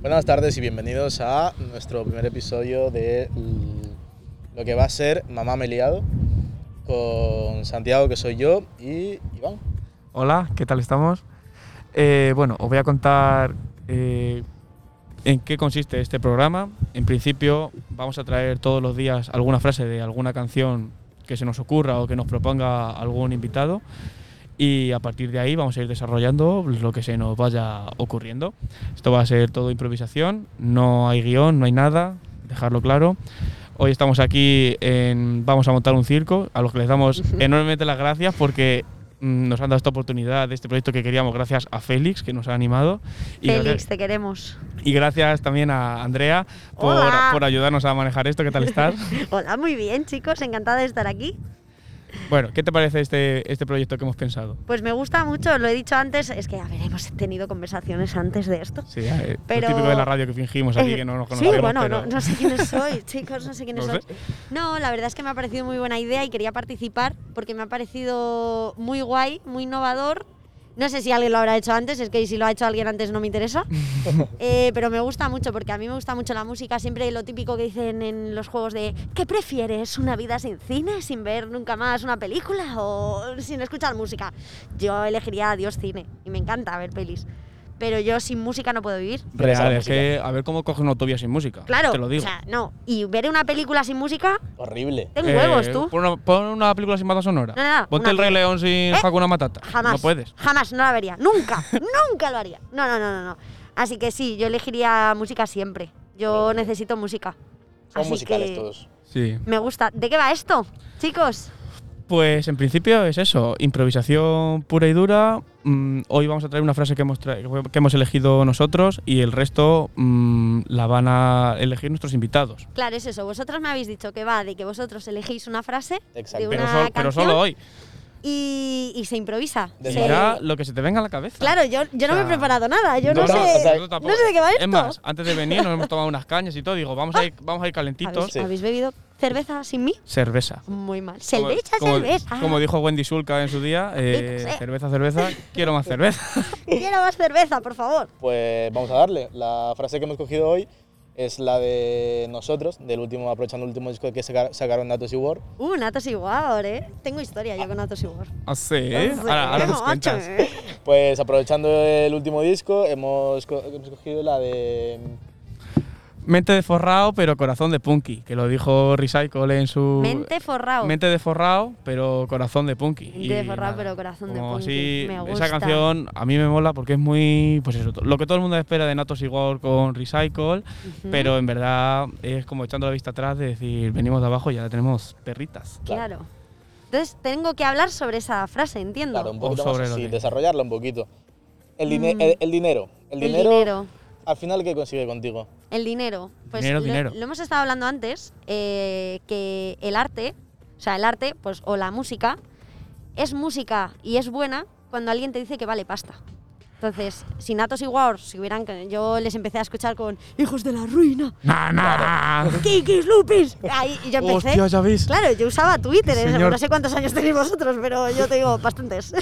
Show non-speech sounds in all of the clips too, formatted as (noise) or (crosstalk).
Buenas tardes y bienvenidos a nuestro primer episodio de lo que va a ser Mamá me he liado con Santiago, que soy yo, y Iván. Hola, ¿qué tal estamos? Eh, bueno, os voy a contar eh, en qué consiste este programa. En principio, vamos a traer todos los días alguna frase de alguna canción que se nos ocurra o que nos proponga algún invitado. Y a partir de ahí vamos a ir desarrollando lo que se nos vaya ocurriendo. Esto va a ser todo improvisación, no hay guión, no hay nada, dejarlo claro. Hoy estamos aquí en Vamos a montar un circo, a los que les damos enormemente las gracias porque mm, nos han dado esta oportunidad de este proyecto que queríamos gracias a Félix, que nos ha animado. Y Félix, gracias- te queremos. y gracias también a Andrea por, Hola. por ayudarnos a manejar esto. ¿Qué tal (laughs) estás? Hola, muy bien, chicos, encantada de estar aquí. bueno, ¿qué te parece este, este proyecto que hemos pensado? Pues me gusta mucho, lo he dicho antes, es que, a ver, hemos tenido conversaciones antes de esto. Sí, eh, Pero- lo típico de la radio que fingimos aquí Eh, que no nos sí, conocemos. bueno, pero- no, no sé quiénes sois, chicos, no sé (laughs) quiénes No sois. No, la verdad es que me ha parecido muy buena idea y quería participar porque me ha parecido muy guay, muy innovador. No sé si alguien lo habrá hecho antes, es que si lo ha hecho alguien antes no (laughs) me interesa. Eh, pero me gusta mucho porque a mí me gusta mucho la música. Siempre lo típico que dicen en los juegos de ¿qué prefieres? ¿Una vida sin cine, sin ver nunca más una película o sin escuchar música? Yo elegiría adiós cine y me encanta ver pelis. Pero yo sin música no puedo vivir. Real, es que a ver cómo coges una autovía sin música. Claro, te lo digo. o sea, no. Y ver una película sin música, Horrible. tengo Eh, huevos tú. Pon una, pon una película sin banda sonora. No, no, no, Ponte una ¿Eh? el Rey León sin Hakuna Matata. Jamás. No puedes. Jamás, no la vería. Nunca, (laughs) nunca lo haría. No, no, no, no, no. Así que sí, yo elegiría música siempre. Yo necesito música. Son Así musicales que todos. Sí. Me gusta. ¿De qué va esto, chicos? Pues en principio es eso, improvisación pura y dura. Mm, hoy vamos a traer una frase que hemos, tra- que hemos elegido nosotros y el resto mm, la van a elegir nuestros invitados. Claro, es eso. Vosotros me habéis dicho que va de que vosotros elegís una frase Exacto. de Pero, una sol- pero canción solo hoy. y, y se improvisa. Desde Se- Será lo que se te venga a la cabeza. Claro, yo, yo no me he sea, preparado nada. Yo no, no, no, o sé, sea, no, yo tampoco. sé de qué va esto. Ah. Es más, antes de venir nos hemos tomado unas cañas y todo. Digo, vamos a ir, vamos a ir calentitos. ¿Habéis, habéis bebido cerveza sin mí? Cerveza. Muy mal. Como- Cerveza, como, cerveza. como dijo Wendy Sulca en su día, eh, Ricos, eh. cerveza, cerveza, quiero más cerveza. (laughs) Ah, Quiero más cerveza, por favor. Pues vamos a darle. La frase que hemos cogido hoy es la de nosotros, del último, aprovechando el último disco que saca- sacaron Natos y War. Uh, Natos y War, ¿eh? Tengo historia yo con Natos y War. Ah, sí, ¿eh? Ahora, ahora nos Macho, cuentas. ¿eh? Pues aprovechando el último disco, hemos, co- hemos cogido la de. Mente de forrao, pero corazón de punky, que lo dijo Recycle en su. Mente forrao. Uh, Mente de forrao, pero corazón de punky. Mente Y de forrao, nada, pero corazón de como punky. así, Me gusta. Esa canción a mí me mola porque es muy. Pues eso, lo que todo el mundo espera de Natos Igual con Recycle, Ujú. pero en verdad es como echando la vista atrás de decir, venimos de abajo y ya tenemos perritas. Claro. Entonces tengo que hablar sobre esa frase, entiendo. Claro, un poquito O más sobre lo así, que- desarrollarla un poquito. El, dine- el, el dinero. El, Mm. El dinero, dinero. Al final, ¿qué consigue contigo? El dinero. Pues Dinero, lo, dinero. lo hemos estado hablando antes, eh, que el arte, o sea, el arte, pues, o la música, es música y es buena cuando alguien te dice que vale pasta. Entonces, si Natos y War, si hubieran, yo les empecé a escuchar con Hijos de la Ruina, ¡Na, na! Kikis Lupis. Ahí y yo empecé. Hostia, ya ves. Claro, yo usaba Twitter, eh, Señor. no sé cuántos años tenéis vosotros, pero yo te digo bastantes.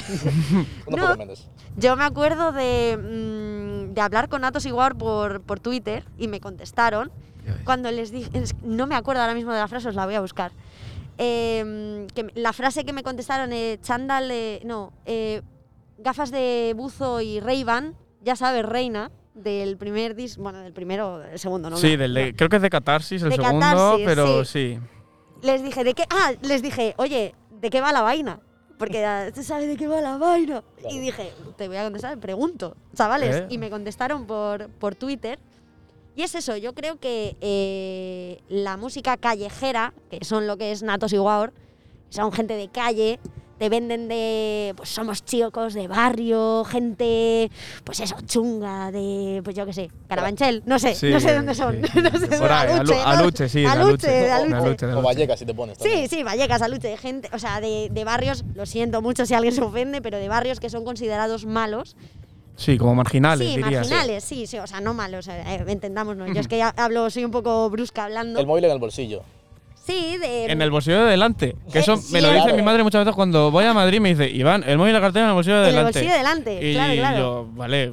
Uno No. por lo menos. Yo me acuerdo de, mm, de hablar con Atos Iguar por, por Twitter y me contestaron. Cuando les dije, es- no me acuerdo ahora mismo de la frase, os la voy a buscar. Eh, que me- la frase que me contestaron, eh, chándal, eh, no, eh, gafas de buzo y Ray-Ban, ya sabes, reina, del primer dis, bueno, del primero, del segundo, ¿no? Sí, me- del no. de- creo que es de Catarsis el De segundo, Catarsis, pero sí. sí. Les dije, ¿de qué? Ah, les dije, oye, ¿de qué va la vaina? Porque ah, tú sabes de qué va la vaina. Claro. Y dije, te voy a contestar, pregunto, chavales. Eh. Y me contestaron por, por Twitter. Y es eso, yo creo que eh, la música callejera, que son lo que es Natos y Guaor, son gente de calle, te venden de, pues somos chicos de barrio, gente, pues eso, chunga, de, pues yo qué sé, Carabanchel, no sé, Sí, no sé dónde son, sí. (laughs) no sé, Por ahí, de Aluche, Alu- ¿no? Aluche, sí, de Aluche. de O- Aluche. de Aluche. O Vallecas, si te pones. Sí, también. sí, Vallecas, Aluche, de gente, o sea, de, de barrios, lo siento mucho si alguien se ofende, pero de barrios que son considerados malos. Sí, como marginales, sí, diría. marginales, sí. sí, o sea, no malos, eh, entendámonos. Yo es que ya hablo, soy un poco brusca hablando. El móvil en el bolsillo. sí, de... En el bolsillo de adelante. Que Eh, eso me lo siempre. dice mi madre muchas veces cuando voy a Madrid. Me dice, Iván, el móvil y la cartera en el bolsillo de En el adelante. bolsillo de delante, y claro, claro. yo, vale.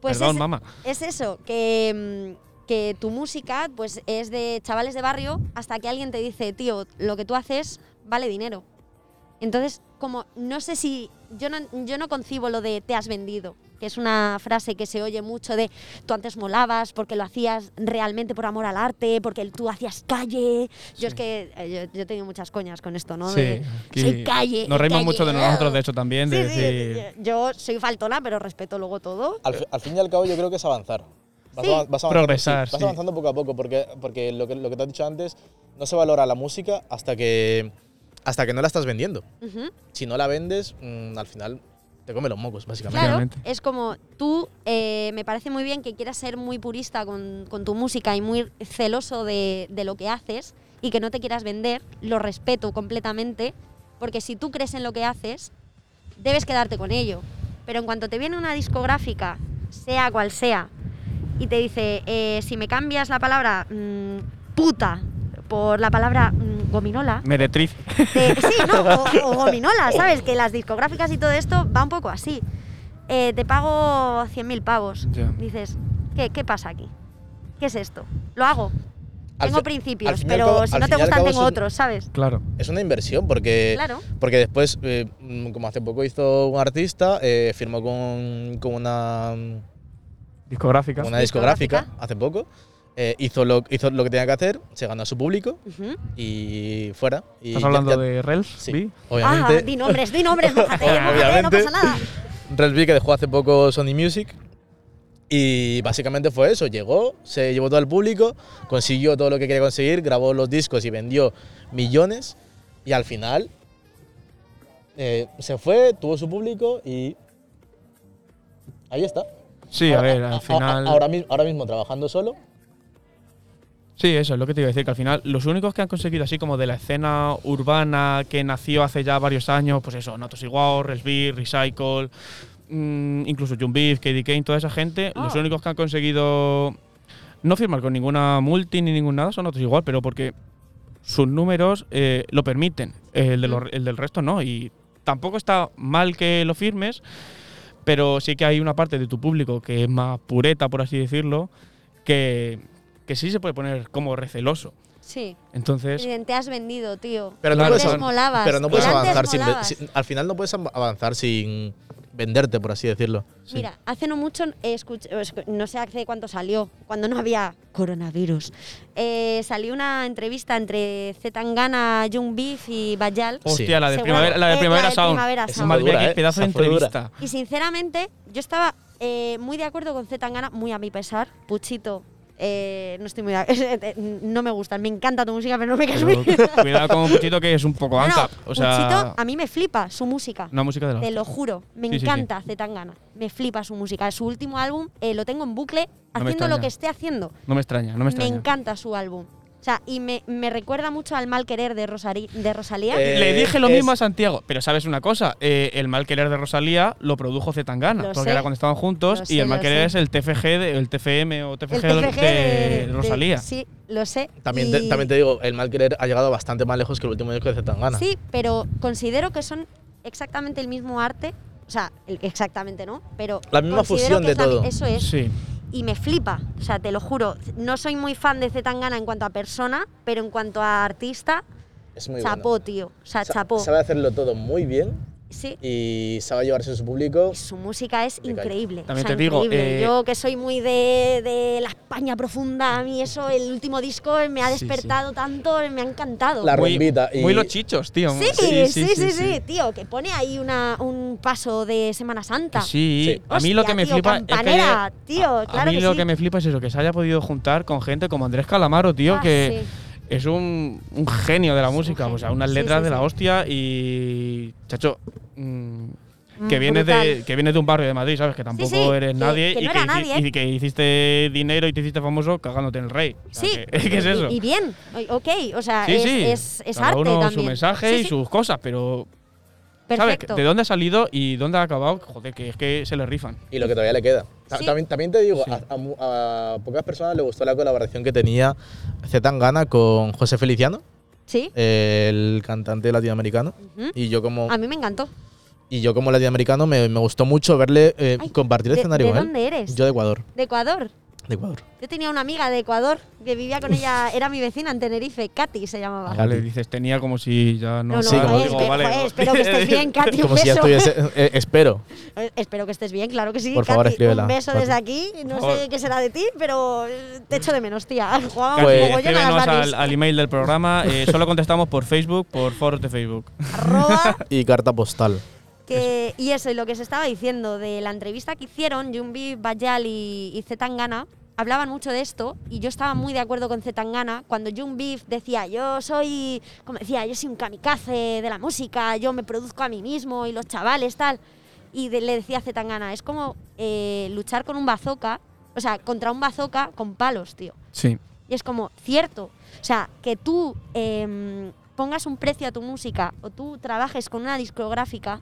Pues Perdón, es- mamá. Es eso, que, mm, que tu música pues es de chavales de barrio hasta que alguien te dice, tío, lo que tú haces vale dinero. Entonces, como no sé si yo no, yo no concibo lo de te has vendido, que es una frase que se oye mucho de tú antes molabas porque lo hacías realmente por amor al arte, porque tú hacías calle. Yo es Sí. que eh, yo, yo he tenido muchas coñas con esto, ¿no? Sí, De, aquí soy calle. Nos reímos calle". mucho de nosotros, de hecho, también. De Sí, sí, decir, yo soy faltona, pero respeto luego todo. Al, fi- al fin y al cabo yo creo que es avanzar. Vas, Sí. avan- vas avanzando, Progresar, vas sí. avanzando poco a poco, porque, porque lo, que, lo que te has dicho antes, no se valora la música hasta que, hasta que no la estás vendiendo. Ujú. Si no la vendes, mm, al final te come los mocos, básicamente. Claro, Efectivamente. es como tú, eh, me parece muy bien que quieras ser muy purista con, con tu música y muy celoso de, de lo que haces y que no te quieras vender, lo respeto completamente, porque si tú crees en lo que haces, debes quedarte con ello. Pero en cuanto te viene una discográfica, sea cual sea, y te dice, eh, si me cambias la palabra mm, puta por la palabra mm, gominola, meretriz. de- sí, no, o, o gominola, ¿sabes? Que las discográficas y todo esto va un poco así. Eh, te pago 100.000 pavos. (laughs) Ya. Dices, ¿qué, ¿qué pasa aquí? ¿Qué es esto? Lo hago. Al Tengo fi- al principios, fin y al pero cabo- si al fin no y te al gustan cabo Eh, tengo es un- otros, ¿sabes? Claro. Es una inversión, porque, Claro. porque después, eh, mm, como hace poco hizo un artista, eh, firmó con, con una... Discográfica. una discográfica, hace poco. eh, hizo, lo, hizo lo que tenía que hacer, se ganó a su público Ujú. y fuera. Y ¿Estás ya- hablando ya- de Rels? Sí, Vi. obviamente. Ah, di nombres, (laughs) di nombres, mójate, mójate, no Obviamente. pasa nada. Rels B, que dejó hace poco Sony Music. Y básicamente fue eso, llegó, se llevó todo al público, consiguió todo lo que quería conseguir, grabó los discos y vendió millones. Y al final eh, se fue, tuvo su público y ahí está. Sí, a Ahora- ver, (laughs) a- a- al final. ahora, mismo, ahora mismo trabajando solo, Sí, eso es lo que te iba a decir, que al final los únicos que han conseguido así como de la escena urbana que nació hace ya varios años, pues eso, Natos Igual, Resbir, Recycle, mm, incluso Jump Beef, KD Kane, toda esa gente, los Ah. únicos que han conseguido no firmar con ninguna multi ni ningún nada son Natos Igual, pero porque sus números eh, lo permiten, el, de los- el del resto no, y tampoco está mal que lo firmes, pero sí que hay una parte de tu público que es más pureta, por así decirlo, que, que sí se puede poner como receloso. Sí, Entonces, Miren, te has vendido, tío. Pero no Antes puedes avan- molabas, Pero no puedes y antes avanzar sin, molabas. sin- Al final no puedes av- avanzar sin venderte, por así decirlo. sí. Mira, hace no mucho, eh, escuch- eh, escu- no sé hace cuánto salió, cuando no había coronavirus, eh, salió una entrevista entre Zetangana, Young Beef y Bayal. hostia, la de Seguro- primavera, la de eh, primavera Sound. Primavera Esa Sound. Madre mía, Dura, qué eh. pedazo de Esa fue dura. entrevista. Y sinceramente, yo estaba eh, muy de acuerdo con Zetangana, muy a mi pesar. Puchito, (laughs) eh, no estoy muy de- No me gustan, me encanta tu música, pero no me caes bien. (laughs) Cuidado con un Puchito que es un poco No, no, ANCAP. O sea, Puchito, a mí me flipa su música. una música de la Te hostia. lo juro, me Sí, sí, sí. encanta Zetangana. Me flipa su música. Su último álbum eh, lo tengo en bucle No me haciendo lo extraña. que esté haciendo. No me extraña, no me Me, extraña. encanta su álbum. O sea, y me, me recuerda mucho al mal querer de, Rosari- de Rosalía. Eh, Le dije lo es- mismo a Santiago, pero sabes una cosa, Eh, el mal querer de Rosalía lo produjo Zetangana, Lo porque sé. era cuando estaban juntos Lo y sé, el mal lo querer sé. es el TFG, de- el TFM o TFG, el de- TFG de, de, Rosalía. sí, lo sé. También, te, Y- también te digo, el mal querer ha llegado bastante más lejos que el último disco de Zetangana. Sí, pero considero que son exactamente el mismo arte. O sea, el- exactamente no, pero. La misma considero fusión que de es la mi- todo. Eso es. sí. y me flipa, o sea, te lo juro. No soy muy fan de Zetangana en cuanto a persona, pero en cuanto a artista, Es muy chapó, bueno. tío. O sea, Sa- chapó. Sabe hacerlo todo muy bien Sí. y sabe llevarse a su público. Y pues su música es Me callo. increíble. También o sea, te digo, increíble. eh, Yo que soy muy de, de la España profunda, a mí eso, el último disco me ha Sí, sí. despertado tanto, me ha encantado. La muy, rumbita y- muy los chichos, tío. Sí, sí, sí, sí, tío, que pone ahí una, un paso de Semana Santa. Sí, Sí. a mí lo Hostia, que me tío, flipa es que Campanera, tío, a- a claro mí que lo sí. que me flipa es eso que se haya podido juntar con gente como Andrés Calamaro, tío, Ah, que sí. es un, un genio de la Es un música, o sea, genio. unas Sí, letras sí, de la sí. hostia y chacho mm, que Mm, vienes de brutal. que vienes de un barrio de Madrid, sabes que tampoco sí, eres que- nadie, que y, no que era hici- nadie. y que hiciste dinero y te hiciste famoso cagándote en el rey. O sea, Sí, que- (laughs) ¿qué es y- eso? Y, bien, o- ok, o sea, sí, es, sí. es, es Cada arte uno también. su mensaje Sí, y sí, sus cosas, pero ¿Sabes? Perfecto. ¿De dónde ha salido y dónde ha acabado? Joder, que es que se le rifan. Y lo que todavía le queda. Ta- Sí. También, también te digo, Sí. a, a mu- a pocas personas le gustó la colaboración que tenía Zetangana con José Feliciano, Sí. el cantante latinoamericano. Ujú. Y yo como... A mí me encantó. Y yo como latinoamericano me, me gustó mucho verle eh, Ay, compartir el ¿de- escenario de con él. dónde eres? Yo de Ecuador. De Ecuador. De Ecuador. Yo tenía una amiga de Ecuador que vivía con ella, era mi vecina en Tenerife, Katy se llamaba. Ya Ah. le dices, tenía como si ya no. No, no, Sí, como joder, digo, espe- joder, espero que (laughs) estés bien, Katy. un Como si ya beso. estuviese... eh, espero. (laughs) Eh, Espero que estés bien, claro que sí. Por favor, Katy, escríbela, Un beso Katy. desde aquí. No Por sé favor. qué será de ti, pero eh, te echo de menos, tía. (laughs) Jugábamos Pues- mogollón a escríbenos las al, Barbies. al email del programa. eh, solo contestamos por Facebook, por foros de Facebook. Arroba Y carta postal. que- y eso, y lo que se estaba diciendo de la entrevista que hicieron, Jumbi, Bayal y, y Zetangana, hablaban mucho de esto y yo estaba muy de acuerdo con Zetangana cuando Jumbi decía, yo soy, como decía, yo soy un kamikaze de la música, yo me produzco a mí mismo y los chavales, tal. Y de- le decía Zetangana, es como eh, luchar con un bazooka, o sea, contra un bazooka con palos, tío. Sí. Y es como, cierto. O sea, que tú em, pongas un precio a tu música o tú trabajes con una discográfica,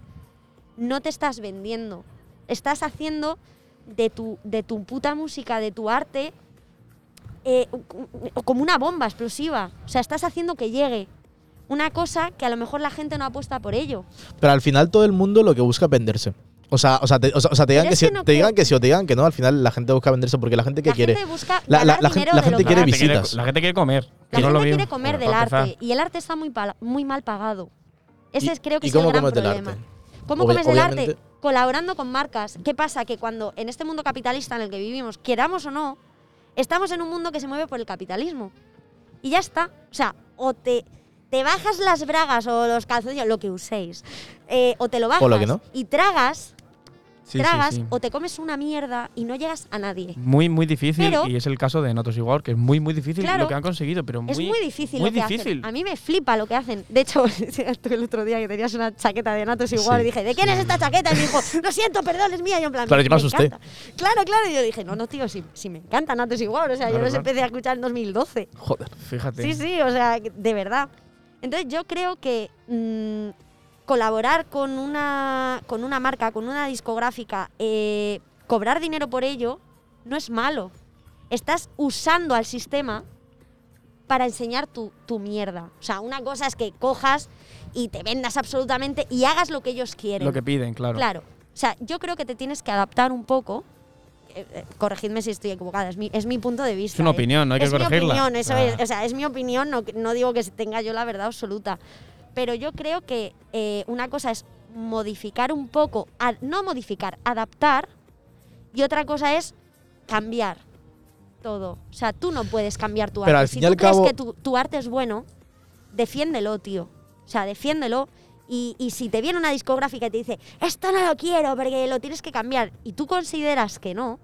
no te estás vendiendo. Estás haciendo de tu, de tu puta música, de tu arte, eh, u- u- como una bomba explosiva. O sea, estás haciendo que llegue una cosa que a lo mejor la gente no apuesta por ello. Pero al final todo el mundo lo que busca es venderse. O sea, o sea, te, o sea, o sea, te digan, Pero que es si, que no te digan creo- que sí o te digan que no, al final la gente busca venderse porque la gente que la quiere. gente busca La- la- ganar la gen- la dinero de lo gente que quiere hace. gente quiere, visitas. la gente quiere comer. La que no gente lo vi- quiere comer Bueno, del para empezar. arte y el arte está muy, pala- muy mal pagado. Ese ¿Y- es, creo que y es el cómo gran comes del problema. arte? ¿Cómo Obvia- comes del arte? obviamente. Colaborando con marcas. ¿Qué pasa? Que cuando en este mundo capitalista en el que vivimos, queramos o no, estamos en un mundo que se mueve por el capitalismo. Y ya está. O sea, o te, te bajas las bragas o los calzoncillos, lo que uséis, eh, o te lo bajas O lo que no. y tragas, Sí, sí, tragas, sí. o te comes una mierda y no llegas a nadie. Muy, muy difícil. Pero- y es el caso de Notos Igual, que es muy, muy difícil Claro. lo que han conseguido. Pero muy, es muy difícil muy lo que difícil. hacen. A mí me flipa lo que hacen. De hecho, (laughs) tú el otro día que tenías una chaqueta de Natos igual, Sí, dije, ¿de quién es esta chaqueta? Y me dijo, lo siento, perdón, es mía. Y yo en plan, Claro, yo me asusté. encanta. Claro, claro. Y yo dije, no, no, tío, si, si me encanta Natos igual. O sea, yo Claro, los claro. empecé a escuchar en 2012. Joder. Fíjate. Sí, sí, o sea, que- de verdad. Entonces yo creo que mm, colaborar con una, con una marca, con una discográfica, eh, cobrar dinero por ello, no es malo. Estás usando al sistema para enseñar tu, tu mierda. O sea, una cosa es que cojas y te vendas absolutamente y hagas lo que ellos quieren. Lo que piden, claro. Claro. O sea, yo creo que te tienes que adaptar un poco. Eh, eh, corregidme si estoy equivocada, es mi, es mi punto de vista. Es una ¿eh? opinión, no hay que Es corregirla. Mi opinión, eso Ah. es, o sea, es mi opinión, no, no digo que tenga yo la verdad absoluta. Pero yo creo que eh, una cosa es modificar un poco, a- no modificar, adaptar, y otra cosa es cambiar todo. O sea, tú no puedes cambiar tu Pero arte. al si fin y tú al crees cabo- que tu, tu arte es bueno, defiéndelo, tío. O sea, defiéndelo. Y, y si te viene una discográfica y te dice, esto no lo quiero porque lo tienes que cambiar, y tú consideras que no,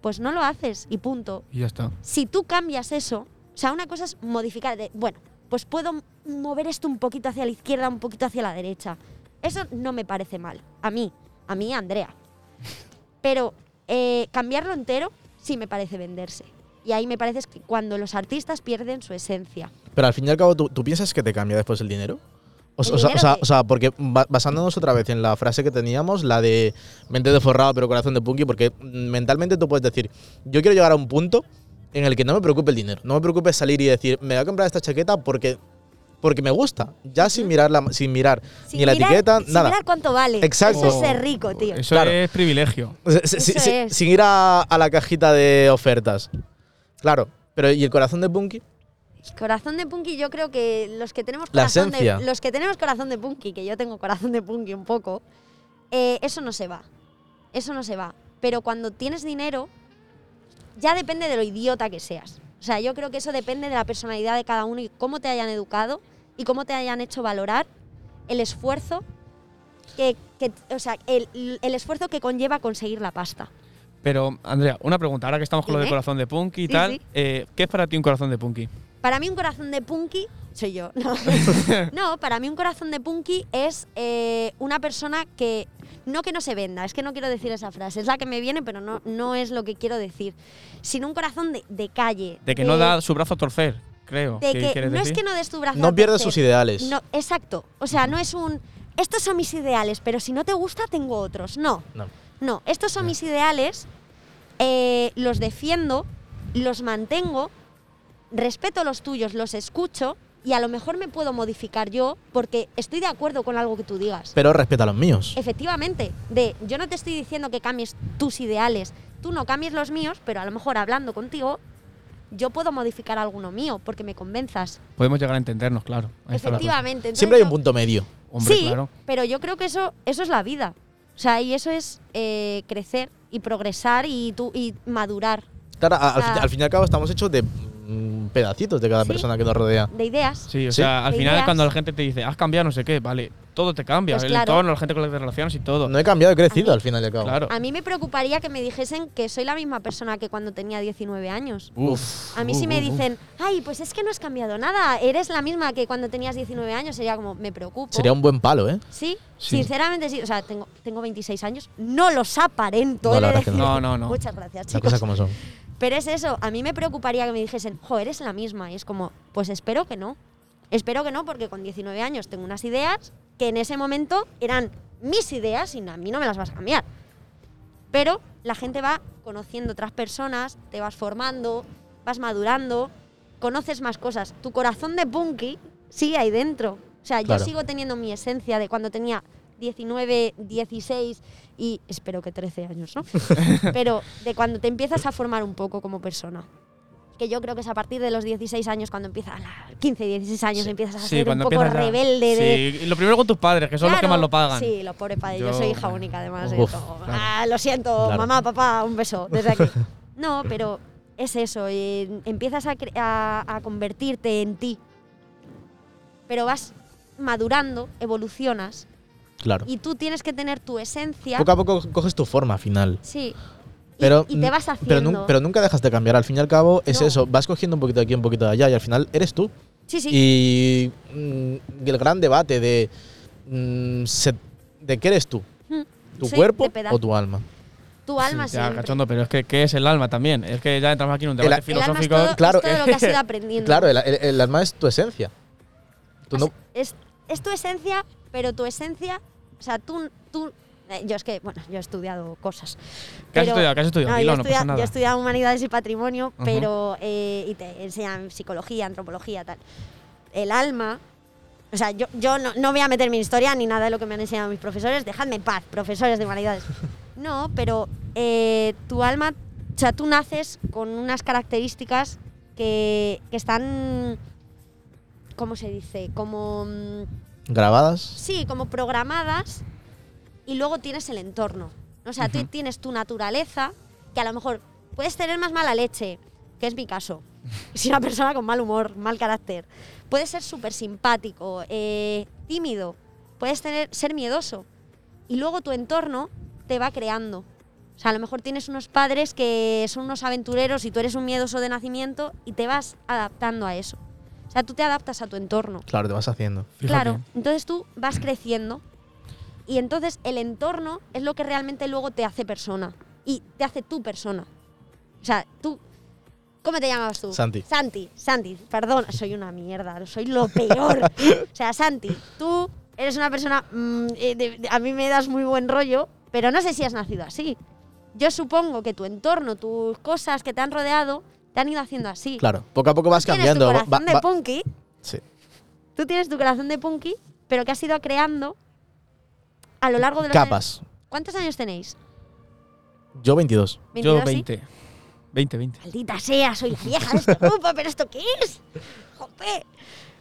pues no lo haces y punto. Y ya está. Si tú cambias eso, o sea, una cosa es modificar, de, bueno, pues puedo m- mover esto un poquito hacia la izquierda, un poquito hacia la derecha. Eso no me parece mal, a mí, a mí, a Andrea. Pero eh, cambiarlo entero sí me parece venderse. Y ahí me parece que cuando los artistas pierden su esencia. Pero al fin y al cabo, ¿tú, tú piensas que te cambia después el dinero? O, ¿El o sea, dinero o sea- qué? o sea, porque ba- basándonos otra vez en la frase que teníamos, la de mente de forrado pero corazón de punky, porque mm, mentalmente tú puedes decir, yo quiero llegar a un punto en el que no me preocupe el dinero, no me preocupe salir y decir, me voy a comprar esta chaqueta porque, porque me gusta, ya sin mirar, la, sin mirar Sin ni la mirar- etiqueta, sin nada. mirar cuánto vale. Exacto. Eso es ser rico, tío. Oh, Eso Claro. es privilegio. O sea, (laughs) si- si- Eso si- es. Sin ir a, a la cajita de ofertas. Claro, pero ¿y el corazón de punky? Corazón de punky, yo creo que los que tenemos La corazón esencia. de los que tenemos corazón de punky, que yo tengo corazón de punky un poco, eh, eso no se va, eso no se va. Pero cuando tienes dinero, ya depende de lo idiota que seas. O sea, yo creo que eso depende de la personalidad de cada uno y cómo te hayan educado y cómo te hayan hecho valorar el esfuerzo que, que- o sea, el, el esfuerzo que conlleva conseguir la pasta. Pero, Andrea, una pregunta. Ahora que estamos con lo de Dime. corazón de punky y Sí, tal, sí. eh, ¿qué es para ti un corazón de punky? Para mí un corazón de punky soy yo. (laughs) No, No, para mí un corazón de punky es eh, una persona que no que no se venda, es que no quiero decir esa frase, es la que me viene, pero no, no es lo que quiero decir, sino un corazón de, de calle. De que no da su brazo a torcer, creo. Eh, de que que quieres no es decir. que no des tu brazo. No a pierde torcer. sus ideales. No, exacto. O sea, no es un. Estos son mis ideales, pero si no te gusta, tengo otros. No. No. No, estos son mis ideales, eh, los defiendo, los mantengo, respeto los tuyos, los escucho y a lo mejor me puedo modificar yo porque estoy de acuerdo con algo que tú digas. Pero respeta los míos. Efectivamente, de yo no te estoy diciendo que cambies tus ideales, tú no cambies los míos, pero a lo mejor hablando contigo yo puedo modificar alguno mío porque me convenzas. Podemos llegar a entendernos, claro. Ahí está la cosa. Efectivamente. entonces Siempre hay un yo- punto medio. Hombre, sí, claro. pero yo creo que eso, eso es la vida. O sea, y eso es eh, crecer y progresar y, tú, y madurar Claro, a- al, sea- fin- al fin y al cabo estamos hechos de mm, pedacitos de cada Sí. persona que nos rodea. de ideas. Sí, o Sí. sea, al De final ideas. cuando la gente te dice, has cambiado no sé qué, vale, todo te cambia, Pues el claro. entorno, la gente con la que te relacionas y todo. No he cambiado, he crecido mí- al final y al cabo. Claro. A mí me preocuparía que me dijesen que soy la misma persona que cuando tenía 19 años. Uf. A mí si uh, me dicen, ay, pues es que no has cambiado nada, eres la misma que cuando tenías 19 años, sería como, me preocupo. Sería un buen palo, ¿eh? Sí, Sí. sinceramente sí. O sea, tengo, tengo 26 años, no los aparento. No, he la de verdad es que decir. No, no, no. (laughs) Muchas gracias, Las chicos. cosas como son. Pero es eso, a mí me preocuparía que me dijesen, jo, eres la misma. Y es como, pues espero que no. Espero que no, porque con 19 años tengo unas ideas que en ese momento eran mis ideas y a mí no me las vas a cambiar. Pero la gente va conociendo otras personas, te vas formando, vas madurando, conoces más cosas. Tu corazón de punky sigue ahí dentro. O sea, Claro. yo sigo teniendo mi esencia de cuando tenía 19, 16 y espero que 13 años, ¿no? Pero de cuando te empiezas a formar un poco como persona. Que yo creo que es a partir de los 16 años cuando empiezas, ala, 15, 16 años, empiezas a ser un poco empiezas a- rebelde de... Sí, y lo primero con tus padres, que son los que Claro, más lo pagan. Sí, los pobres padres. Yo, Yo- soy hija única, además. Uf, y como, claro. "Ah, lo siento, Claro. mamá, papá, un beso. Desde (laughs) aquí. no, pero es eso. eh, empiezas a, cre- a- a convertirte en ti. Pero vas madurando, evolucionas. Claro. Y tú tienes que tener tu esencia. Poco a poco coges tu forma final. sí. y- Pero, mm, y, te vas haciendo. Pero, nun- pero nunca dejas de cambiar. Al fin y al cabo es No. eso. Vas cogiendo un poquito de aquí, un poquito de allá y al final eres tú. sí, sí. Y mm, el gran debate de, mm, se- de qué eres tú. Mm, ¿Tu soy cuerpo de peda- o tu alma? tu alma Sí, ya, siempre. cachondo, pero es que ¿qué es el alma también? Es que ya entramos aquí en un debate El- El alma es filosófico. todo, es claro, eh, todo lo que has (laughs) ido aprendiendo. Claro, el, el- el alma es tu esencia. Tú O no, sea, es, es tu esencia, pero tu esencia, o sea, tú, tú eh, yo es que, bueno, yo he estudiado cosas. ¿Qué has pero- estudiado? ¿Qué has estudiado? No, Dilo, yo, he no pasa estudiado- nada. yo he estudiado humanidades y patrimonio, Ujú. pero eh, y te enseñan psicología, antropología, tal. El alma, o sea, yo, yo no, no voy a meter mi historia ni nada de lo que me han enseñado mis profesores. Dejadme en paz, profesores de humanidades. No, pero eh, tu alma, o sea, tú naces con unas características que, que están, ¿cómo se dice? Como mm, grabadas. Sí, como programadas y luego tienes el entorno. O sea, tú Ujú. tienes tu naturaleza, que a lo mejor puedes tener más mala leche, que es mi caso. Soy una persona con mal humor, mal carácter. Puedes ser súper simpático, eh, tímido, puedes tener, ser miedoso. Y luego tu entorno te va creando. O sea, a lo mejor tienes unos padres que son unos aventureros y tú eres un miedoso de nacimiento y te vas adaptando a eso. O sea, tú te adaptas a tu entorno. Claro, te vas haciendo. Fíjate. Claro, entonces tú vas creciendo y entonces el entorno es lo que realmente luego te hace persona y te hace tu persona. O sea, tú... ¿Cómo te llamabas tú? Santi. Santi, Santi, perdón, soy una mierda, soy lo peor. o sea, Santi, tú eres una persona... mm, eh, de- de- a mí me das muy buen rollo, pero no sé si has nacido así. Yo supongo que tu entorno, tus cosas que te han rodeado, te han ido haciendo así. Claro, poco a poco vas Tienes tu cambiando. va- corazón va- de va- punky sí. tú tienes tu corazón de punky, pero que has ido creando a lo largo de los años. Capas. ¿Cuántos años tenéis? Yo 22. Yo ¿22, sí? 20. 20, 20. Maldita sea, soy la vieja de este grupo, pero ¿esto qué es? ¡Jope!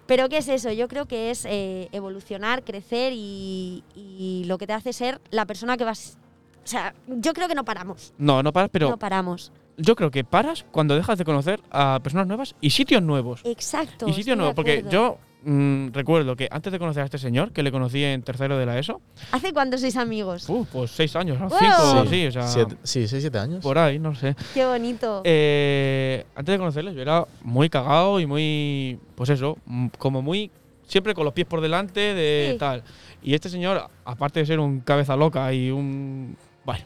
Pero ¿qué es eso? Yo creo que es eh, evolucionar, crecer y, y lo que te hace ser la persona que vas... O sea, yo creo que no paramos. No, no paras, pero no paramos. yo creo que paras cuando dejas de conocer a personas nuevas y sitios nuevos. Exacto. Y sitios estoy de nuevos, porque acuerdo. yo mm, recuerdo que antes de conocer a este señor, que le conocí en tercero de la ESO, ¿Hace cuánto sois amigos? uh, pues seis años, Wow. cinco o Sí, así, o sea, Siete- sí, 6, 7 años. por ahí, no sé. Qué bonito. Eh, antes de conocerles yo era muy cagado y muy, pues eso, mm, como muy, siempre con los pies por delante de Sí. tal. Y este señor, aparte de ser un cabeza loca y un... Bueno,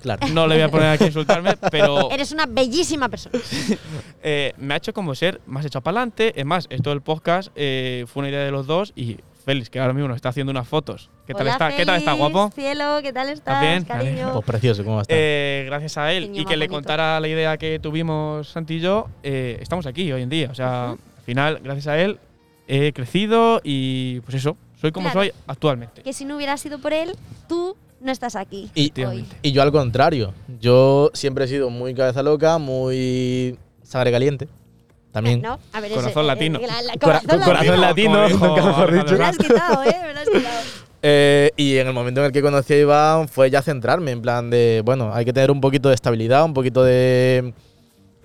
Claro. no le voy a poner aquí a insultarme, pero (laughs) Eres una bellísima persona. eh, me ha hecho como ser más hecho para adelante. Es más, esto del podcast eh, fue una idea de los dos y Félix, que ahora mismo nos está haciendo unas fotos. ¿Qué tal Hola, está? ¿Qué tal está, Félix, guapo? Cielo, ¿qué tal estás, bien? cariño? Pues precioso, ¿cómo va a estar? Eh, gracias a él Niño y más que le bonito. contara la idea que tuvimos Santi y yo, eh, estamos aquí hoy en día. O sea, al final, gracias a él, he crecido y pues eso, soy como Claro. soy actualmente. Que si no hubiera sido por él, tú no estás aquí. Y- hoy. Efectivamente. Y yo al contrario, yo siempre he sido muy cabeza loca, muy sangre caliente. También. No, a ver, Corazón eso, eh, latino. la- la- Cora- corazón corazón latino. latino. Corazón nunca mejor latino. dicho. Me lo has quitado, ¿eh? Me lo has quitado. Eh, y en el momento en el que conocí a Iván fue ya centrarme, en plan de, bueno, hay que tener un poquito de estabilidad, un poquito de...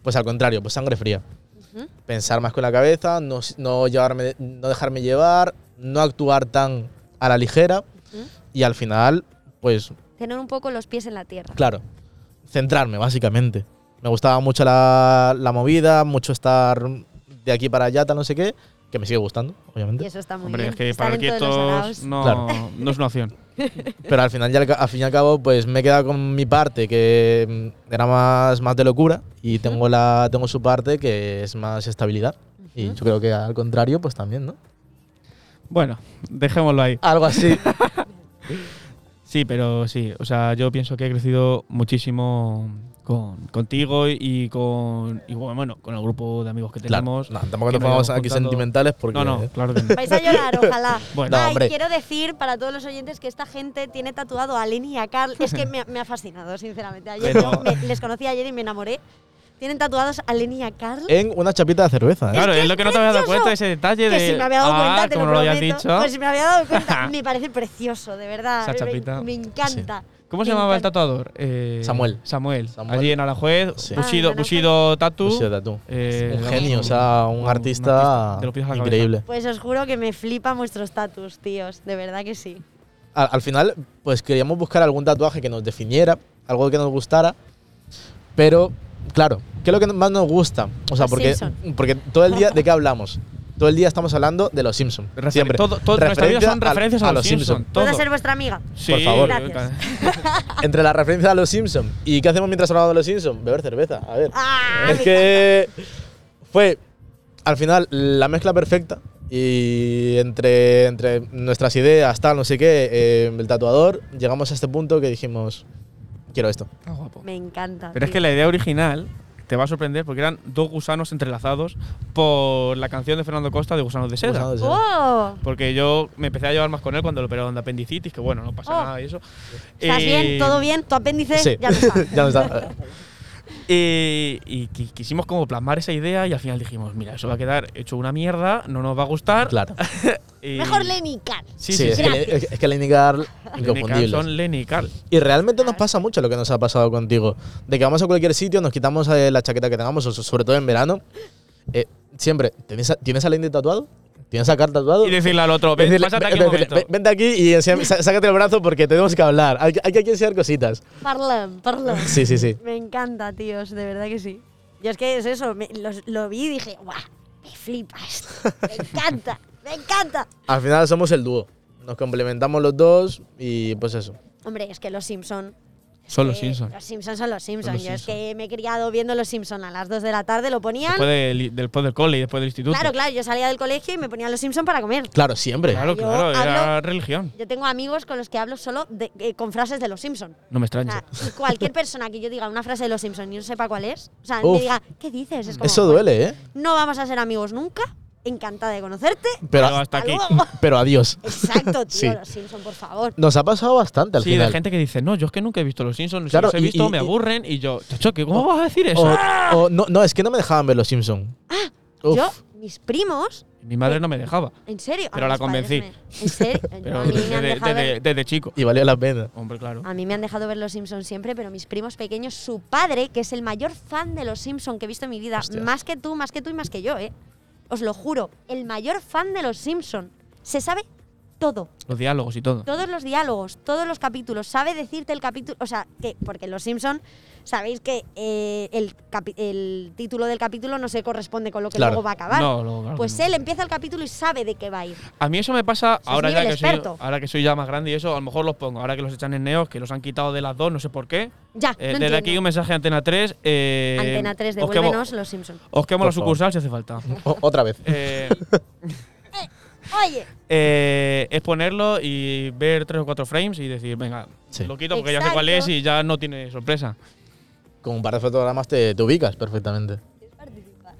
Pues al contrario, pues sangre fría. Ujú. Pensar más con la cabeza, no, s- no llevarme, no dejarme llevar, no actuar tan a la ligera Ujú. y al final, pues Tener un poco los pies en la tierra. Claro, centrarme, básicamente. Me gustaba mucho la, la movida, mucho estar de aquí para allá, tal, no sé qué, que me sigue gustando, Y obviamente. eso está muy Hombre, bien. es que para Estar en todos los araos. quietos no, Claro. no es una opción. Pero al final, y al, ca- al fin y al cabo, pues me he quedado con mi parte, que mm, era más, más de locura, y tengo, la, tengo su parte, que es más estabilidad. Y yo creo que al contrario, pues también, ¿no? Bueno, dejémoslo ahí. Algo (laughs) así. Sí, pero sí, o sea, yo pienso que he crecido muchísimo con, contigo y con y bueno, con el grupo de amigos que claro. tenemos. No, tampoco que nos pongamos vayamos aquí juntando- sentimentales porque... eh. No, no, claro (laughs) que no. Vais a llorar, ojalá. Bueno. No, Ay, hombre. quiero decir para todos los oyentes que esta gente tiene tatuado a Lenny y a Carl. Es que me, ha- me ha fascinado, sinceramente. Ayer Pero- yo me- les conocí ayer y me enamoré. Tienen tatuados a Lenny y a Carl. En una chapita de cerveza, ¿eh? Claro, que es lo es que no te habías dado precioso. cuenta ese detalle que de si me había dado ah, cuenta, te como lo no lo habías prometo. dicho. Pues si me había (laughs) dado cuenta, me parece precioso, de verdad. Esa Me- chapita. Me, encanta. ¿Cómo se Me llamaba el encanta. tatuador? Eh, Samuel. Samuel. Samuel. Allí en Alajuez, Sí. Bushido, Ah, en Alajuez. Bushido Tatu. Lucio Tatu. Eh, un era genio, o sea, un, artista, de los pies a la cabeza. increíble. Pues os juro que me flipan vuestros tatus, tíos. De verdad que sí. al, al final, pues queríamos buscar algún tatuaje que nos definiera, algo que nos gustara, pero claro, ¿qué es lo que más nos gusta? O sea, Los porque, Simpson. porque todo el día, ¿de qué hablamos? Todo el día estamos hablando de los Simpsons. Referen- Siempre. Todo, todo nuestra vida Referencia son referencias a, los Simpsons. Simpson. ¿Puedo Todo. ser vuestra amiga? Sí, Por favor. Gracias. Entre las referencias a los Simpsons. ¿Y qué hacemos mientras hablamos de los Simpsons? Beber cerveza. A ver. Ah, es me que fue al final la mezcla perfecta y entre, entre nuestras ideas, tal, no sé qué, eh, el tatuador, llegamos a este punto que dijimos, quiero esto. Está guapo. Me encanta. Pero es tío. que la idea original te va a sorprender porque eran dos gusanos entrelazados por la canción de Fernando Costa de Gusanos de Seda. Gusano de seda. ¡Oh! Porque yo me empecé a llevar más con él cuando lo operaron de apendicitis, que bueno, no pasa Oh. nada y eso. ¿Estás Eh, bien? ¿Todo bien? ¿Tu apéndice? Sí. Ya lo sabes. (laughs) Ya no (laughs) está. Eh, y qui- quisimos como plasmar esa idea y al final dijimos, mira, eso va a quedar hecho una mierda, no nos va a gustar. Claro. eh, Mejor Lenny y Carl. Sí, Sí, sí, es, sí. que, le- es que- es que Lenny Carl, Lenny Carl inconfundible. son Lenny y Carl. Y realmente nos pasa mucho lo que nos ha pasado contigo. De que vamos a cualquier sitio, nos quitamos eh, la chaqueta que tengamos, o so- sobre todo en verano. Eh, siempre, ¿tienes a, ¿tienes a Lenny tatuado? ¿Tienes a Carl tatuado? Y decirle al otro, ven, Decirle, pásate ve- aquí un decirle, momento. ve- vente aquí y enséñame- sa- sácate el brazo porque tenemos que hablar. Hay, que- hay que enseñar cositas. Parlem, parlem. Sí, sí, sí. Me encanta, tíos, de verdad que sí. Yo es que es eso, me- los- lo vi y dije, ¡guau! Me flipas. Me encanta, me encanta. Al final somos el dúo. Nos complementamos los dos y pues eso. Hombre, es que los Simpson. Son los eh, Simpsons. Los Simpson son los Simpson. Son los Yo es Simpson. que me he criado viendo los Simpson a las 2 de la tarde, lo ponían. Después del, después del cole y después del instituto. Claro, claro, yo salía del colegio y me ponían los Simpson para comer. Claro, siempre. Claro, Yo claro, era hablo- religión. Yo tengo amigos con los que hablo solo de- eh, con frases de los Simpson. No me O extraña. sea, y (laughs) cualquier persona que yo diga una frase de los Simpson y no sepa cuál es, o sea, me Uf. diga, ¿qué dices? Es como, Eso duele, ¿eh? No vamos a ser amigos nunca. Encantada de conocerte. Pero, Pero hasta aquí. (laughs) Hasta luego. pero adiós. Exacto, tío, Sí. los Simpson, por favor. Nos ha pasado bastante al sí, final. de gente que dice, no, yo es que nunca he visto los Simpsons, si Claro, los he y- visto, y- me y- aburren. Y yo, chacho, ¿qué- ¿cómo vas a decir eso? O- o no, no, es que no me dejaban ver los Simpson. Uf. Yo, mis primos, Mi madre no me dejaba, en serio. a Pero la mis padres convencí. me- (laughs) en serio. pero a, mí me Ah. desde, han dejado desde- ver, desde chico. Y valió la pena. Hombre, claro. a mí me han dejado ver los Simpson siempre, pero mis primos pequeños, su padre, que es el mayor fan de los Simpson que he visto en mi vida, Hostias. más que tú, más que tú y más que yo, ¿eh? Os lo juro, el mayor fan de los Simpson. Se sabe todo. Los diálogos y todo. todos los diálogos, todos los capítulos, sabe decirte el capítulo, o sea, que porque en Los Simpson sabéis que eh, el, capi- el título del capítulo no se corresponde con lo que Claro. luego va a acabar. No, luego, claro pues que no. él empieza el capítulo y sabe de qué va a ir. A mí eso me pasa es ahora ya nivel que soy, experto. ahora que soy ya más grande y eso, a lo mejor los pongo. Ahora que los echan en Neos, que los han quitado de las dos, no sé por qué. Ya, Eh, Ah, no desde entiendo. aquí un mensaje a Antena 3. eh, Antena 3, os quemo- devuélvenos Los Simpson. Os quemo Por la sucursal si hace falta. O- otra vez. Eh, Oye, eh, es ponerlo y ver tres o cuatro frames y decir, venga, Sí. lo quito porque ya sé cuál es Exacto. y ya no tiene sorpresa. Con un par de fotogramas te, te ubicas perfectamente. participar.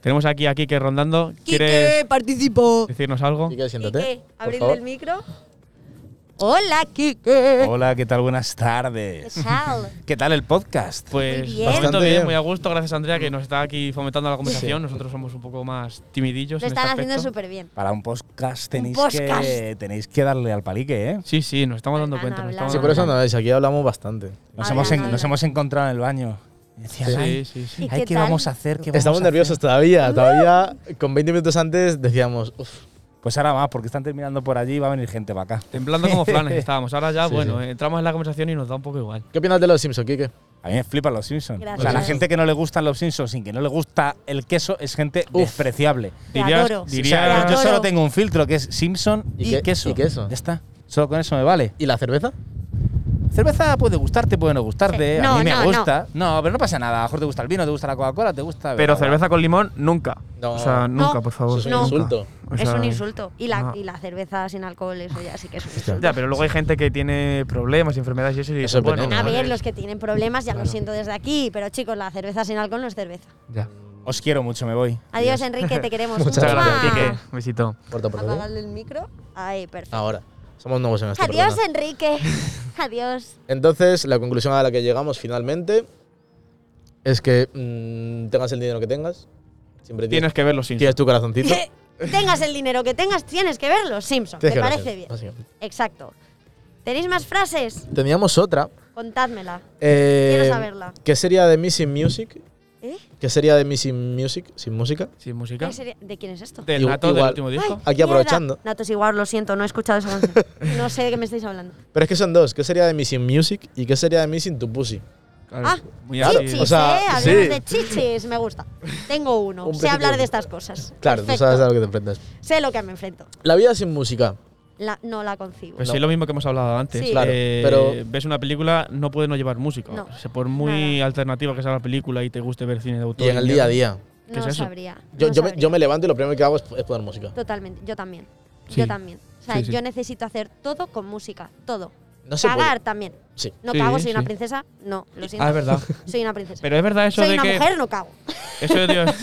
Tenemos aquí a Kike rondando. ¿Quieres Quique, participo. decirnos algo? Quique, siéntate. Quique, por abrid favor. el micro. Hola, Quique. Hola, ¿qué tal? Buenas ¿Qué tardes. tal? ¿Qué tal el podcast? Pues Muy bien. bastante Bastante bien, bien. muy a gusto. Gracias, Andrea, que nos está aquí fomentando la conversación. Nosotros somos un poco más timidillos. Lo en este están haciendo aspecto. súper bien. Para un podcast Un tenéis, Que, podcast. tenéis que darle al palique, ¿eh? Sí, sí, nos estamos dando Hablan, cuenta. nos hablan. estamos Sí, dando por eso cuenta. no es, aquí hablamos bastante. Nos, Habla, hemos, en- habla. nos hemos encontrado en el baño. Y decías, Sí, ay, sí, sí. ¿Y ay, qué ¿qué tal? vamos a hacer? ¿Qué vamos Estamos a nerviosos hacer? todavía, todavía con 20 minutos antes decíamos, uff, Pues ahora más, porque están terminando por allí y va a venir gente para acá. Temblando como (laughs) flanes estábamos. Ahora ya, Sí, bueno, sí. entramos en la conversación y nos da un poco igual. ¿qué opinas de los Simpsons, Quique? A mí me flipan los Simpsons. O sea, la Gracias. gente que no le gustan los Simpsons sin que no le gusta el queso es gente Uf. despreciable. Te Dirías- adoro. O sea, Diría- yo Adoro. solo tengo un filtro que es Simpson ¿Y y, qué- queso. y queso? Ya está. Solo con eso me vale. ¿Y la cerveza? Cerveza puede gustarte, puede no gustarte. Sí. a No, mí me no, gusta. No. pero no pasa nada. A lo mejor te gusta el vino, te gusta la Coca-Cola, te gusta. Pero la- cerveza con limón, nunca. No. O sea, nunca, No, por favor. eso es un nunca. insulto. O es sea, un insulto. Y la, no. y la cerveza sin alcohol, eso ya sí que es un insulto. Ya, pero luego hay gente que tiene problemas y enfermedades y eso. Y Eso dice, es bueno, veneno, A ¿eh? ver, los que tienen problemas, ya lo siento desde aquí, pero chicos, la cerveza sin alcohol no es cerveza. Ya. Os quiero mucho, me voy. Adiós, Enrique, te queremos. Muchas (laughs) Muchas mucho. gracias, Mua. Quique. Un besito. Corta por favor. Apagarle el micro. Ahí, perfecto. Ahora, somos nuevos en este Adiós, programa. (laughs) Enrique. Adiós. Entonces, la conclusión a la que llegamos finalmente es que mm, tengas el dinero que tengas, siempre tienes, Tienes que ver los tienes Simpsons. tu (laughs) corazoncito. tengas el dinero que tengas, tienes que ver los Simpsons. Tienes ¿Te que parece conocer, bien? básicamente. Exacto. ¿Tenéis más frases? Teníamos otra. Contádmela. eh, Quiero saberla. ¿Qué sería de mí sin music? ¿Eh? ¿Qué sería de mí sin music? ¿Sin música? Sin música. ¿Qué sería- ¿De quién es esto? Del Igual- nato del igual. último disco. Aquí aprovechando. Natos igual, lo siento, no he escuchado esa canción. No sé de qué me estáis (laughs) hablando. Pero es que son dos. ¿Qué sería de mí sin music? ¿Y qué sería de mí sin tu pussy? Claro, Ah, muy así. Chichis, o sea, ¿eh? Hablamos sí. de chichis, me gusta. Tengo uno. Un sé principio. hablar de estas cosas. Claro, Perfecto. tú sabes a lo que te enfrentas. Sé lo que me enfrento. La vida sin música. La- no la concibo. Pues No. sí, lo mismo que hemos hablado antes. Sí. Claro, Eh, pero- ves una película, no puede no llevar música. No, O sea, por muy alternativa que sea la película y te guste ver cine de autor. Y en el día a día. ¿qué no es eso? sabría. Yo, no yo, me, sabría. yo me levanto y lo primero que hago es, es poner música. Totalmente, yo también. Sí. Yo también. O sea, Sí, sí. yo necesito hacer todo con música, todo. No se Cagar puede. también. Sí. No Sí, cago, soy una sí. princesa. No, lo siento. Ah, es (laughs) verdad. Soy una princesa. Pero es verdad eso soy de una que. mujer, no cago. (laughs) (laughs) Eso de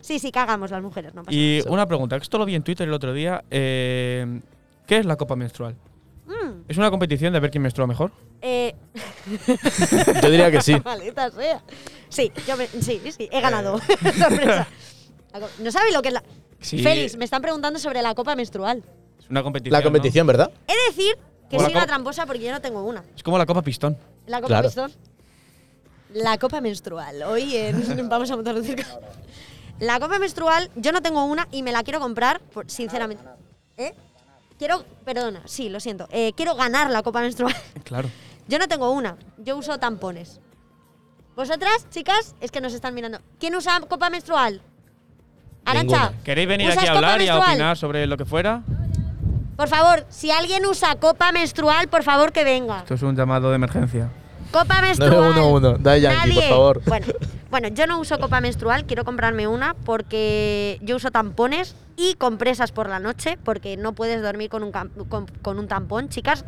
Sí, sí, cagamos las mujeres, no pasa y una pregunta, que esto lo vi en Twitter el otro día. eh, ¿Qué es la copa menstrual? nada. Mm, ¿Es una competición de ver quién menstrua mejor? eh, Yo diría que (laughs) (laughs) sí. maleta sea. Sí, yo me- sí, sí, he ganado. Eh. (laughs) Sorpresa. La co- No sabes lo que es la. Sí. Félix, me están preguntando sobre la copa menstrual. Es una competición. La ¿no? competición, ¿verdad? He de decir que O la soy una copa- tramposa porque yo no tengo una. Es como la copa pistón. La copa Claro. menstrual. La copa menstrual. Hoy en- (laughs) vamos a montar un circo. La copa menstrual, yo no tengo una y me la quiero comprar, por- sinceramente. ¿Eh? Quiero, perdona, sí, lo siento. Eh, quiero ganar la copa menstrual. Claro. Yo no tengo una, yo uso tampones. Vosotras, chicas, es que nos están mirando. ¿Quién usa copa menstrual? Arancha, Ninguna. ¿Queréis venir ¿Usas aquí a copa hablar y a menstrual? opinar sobre lo que fuera? por favor, si alguien usa copa menstrual, por favor que venga. Esto es un llamado de emergencia. Ah, Copa menstrual. 911, da Yankee, por Nadie. favor. Bueno, bueno, yo no uso copa menstrual, quiero comprarme una porque yo uso tampones y compresas por la noche porque no puedes dormir con un, cam- con, con un tampón, chicas.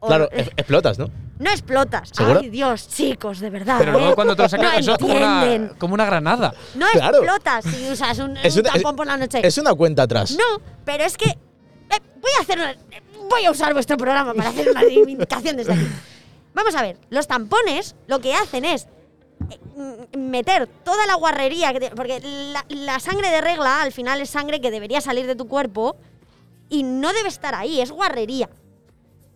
O- Claro, e- explotas, ¿no? No explotas. ¿Seguro? Ay, Dios, chicos, de verdad. Pero ¿eh? luego cuando te lo sacas, (laughs) no eso es como una, entienden. como una granada. No Claro. explotas si usas un, un tampón por la noche. es una cuenta atrás. No, pero es que. eh, voy a hacer una- eh, Voy a usar vuestro programa para hacer una reivindicación desde aquí. Vamos a ver, los tampones lo que hacen es eh, mm, meter toda la guarrería, que te- porque la, la sangre de regla al final es sangre que debería salir de tu cuerpo y no debe estar ahí, es guarrería.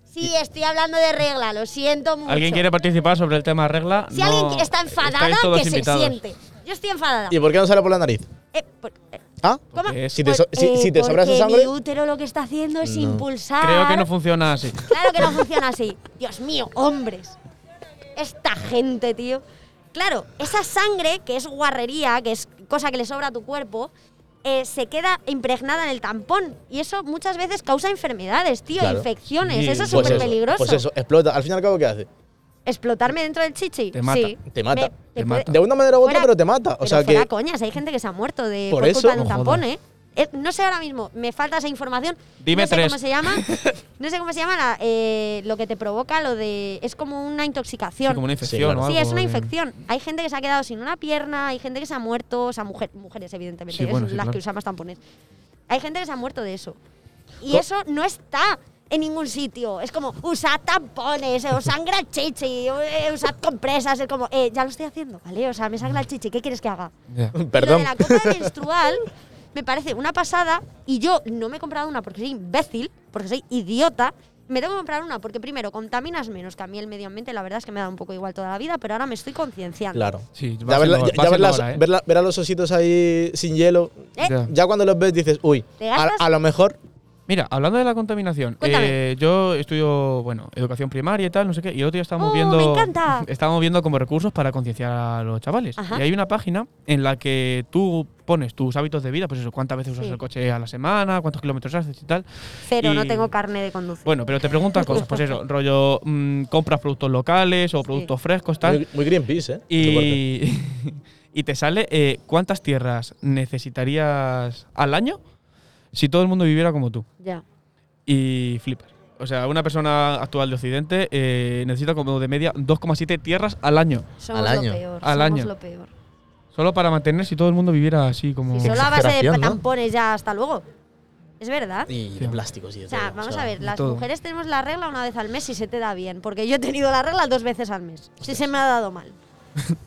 Sí, estoy hablando de regla, lo siento mucho. ¿Alguien quiere participar sobre el tema regla? si No, alguien está estáis enfadada, todos que invitados. se siente. Yo estoy enfadada. ¿Y por qué no sale por la nariz? Eh, por- eh, ¿Ah? ¿Cómo? eh, Porque es- Si te, so- si- si te Porque sobra esa mi sangre. útero lo que está haciendo es No. impulsar. Creo que no funciona así. Claro que no funciona así. Dios mío, hombres. Esta gente, tío. Claro, esa sangre, que es guarrería, que es cosa que le sobra a tu cuerpo, eh, se queda impregnada en el tampón. Y eso muchas veces causa enfermedades, tío, Claro. Sí. infecciones. Eso es Pues súper eso, peligroso. Pues eso, explota. Al fin y al cabo, ¿qué hace? Explotarme dentro del chichi. Te mata, Sí. te mata. te Te puede- mata. De una manera u otra, Fuera- pero te mata. O pero sea fuera que. coñas, hay gente que se ha muerto de, Por por, eso- culpa de un No tampón, jodas. ¿eh? eh, no sé ahora mismo, me falta esa información. Dime no sé tres. cómo (laughs) se llama. no sé cómo se llama la- eh, lo que te provoca, lo de. Es como una intoxicación. Sí, como una Sí, infección claro. o Sí, algo ¿eh? es una de- infección. Hay gente que se ha quedado sin una pierna, hay gente que se ha muerto, o sea, mujer- mujeres, evidentemente, Sí, que bueno, son sí, las claro. que usamos tampones. Hay gente que se ha muerto de eso. Y Co- eso no está en ningún sitio. Es como, usad tampones, eh, os sangra el chichi, eh, usad compresas. Es como, eh, ya lo estoy haciendo, ¿vale? O sea, me sangra el chichi, ¿qué quieres que haga? Ya. Y (laughs) Lo Perdón. de la copa menstrual me parece una pasada y yo no me he comprado una porque soy imbécil, porque soy idiota. Me tengo que comprar una porque primero contaminas menos, que a mí el medio ambiente la verdad es que me ha dado un poco igual toda la vida, pero ahora me estoy concienciando. Claro. Sí, va Ya, verla- siendo- ya- va ya siendo verlas- hora, ¿eh? verla- ver a los ositos ahí sin hielo. ¿Eh? Ya. Ya cuando los ves dices, uy, ¿Te a, gastas? a lo mejor. Mira, hablando de la contaminación, Cuéntame. eh, yo estudio, bueno, educación primaria y tal, no sé qué, y el otro día estábamos ¡Oh, viendo. me encanta! (laughs) Estábamos viendo como recursos para concienciar a los chavales. Ajá. Y hay una página en la que tú pones tus hábitos de vida, pues eso, cuántas veces usas Sí. el coche a la semana, cuántos kilómetros haces y tal. Cero, no Y- tengo carne de conducir. Bueno, pero te preguntan cosas, pues (laughs) eso, rollo, mm, compras productos locales o productos frescos, tal. Muy, muy Greenpeace, ¿eh? Tu parte. Y, (laughs) y te sale eh, cuántas tierras necesitarías al año si todo el mundo viviera como tú. Ya. Y flipas. O sea, una persona actual de Occidente eh, necesita como de media 2,7 tierras al año. Somos Al año. lo peor. Al somos año. lo peor. Solo para mantener si todo el mundo viviera así como... Y solo a base de exageración, ¿no? tampones ya hasta luego. Es verdad. Y de Sí. plásticos y de O sea, todo, vamos a ver, de las todo. mujeres tenemos la regla una vez al mes si se te da bien, porque yo he tenido la regla dos veces al mes, si se me ha dado mal.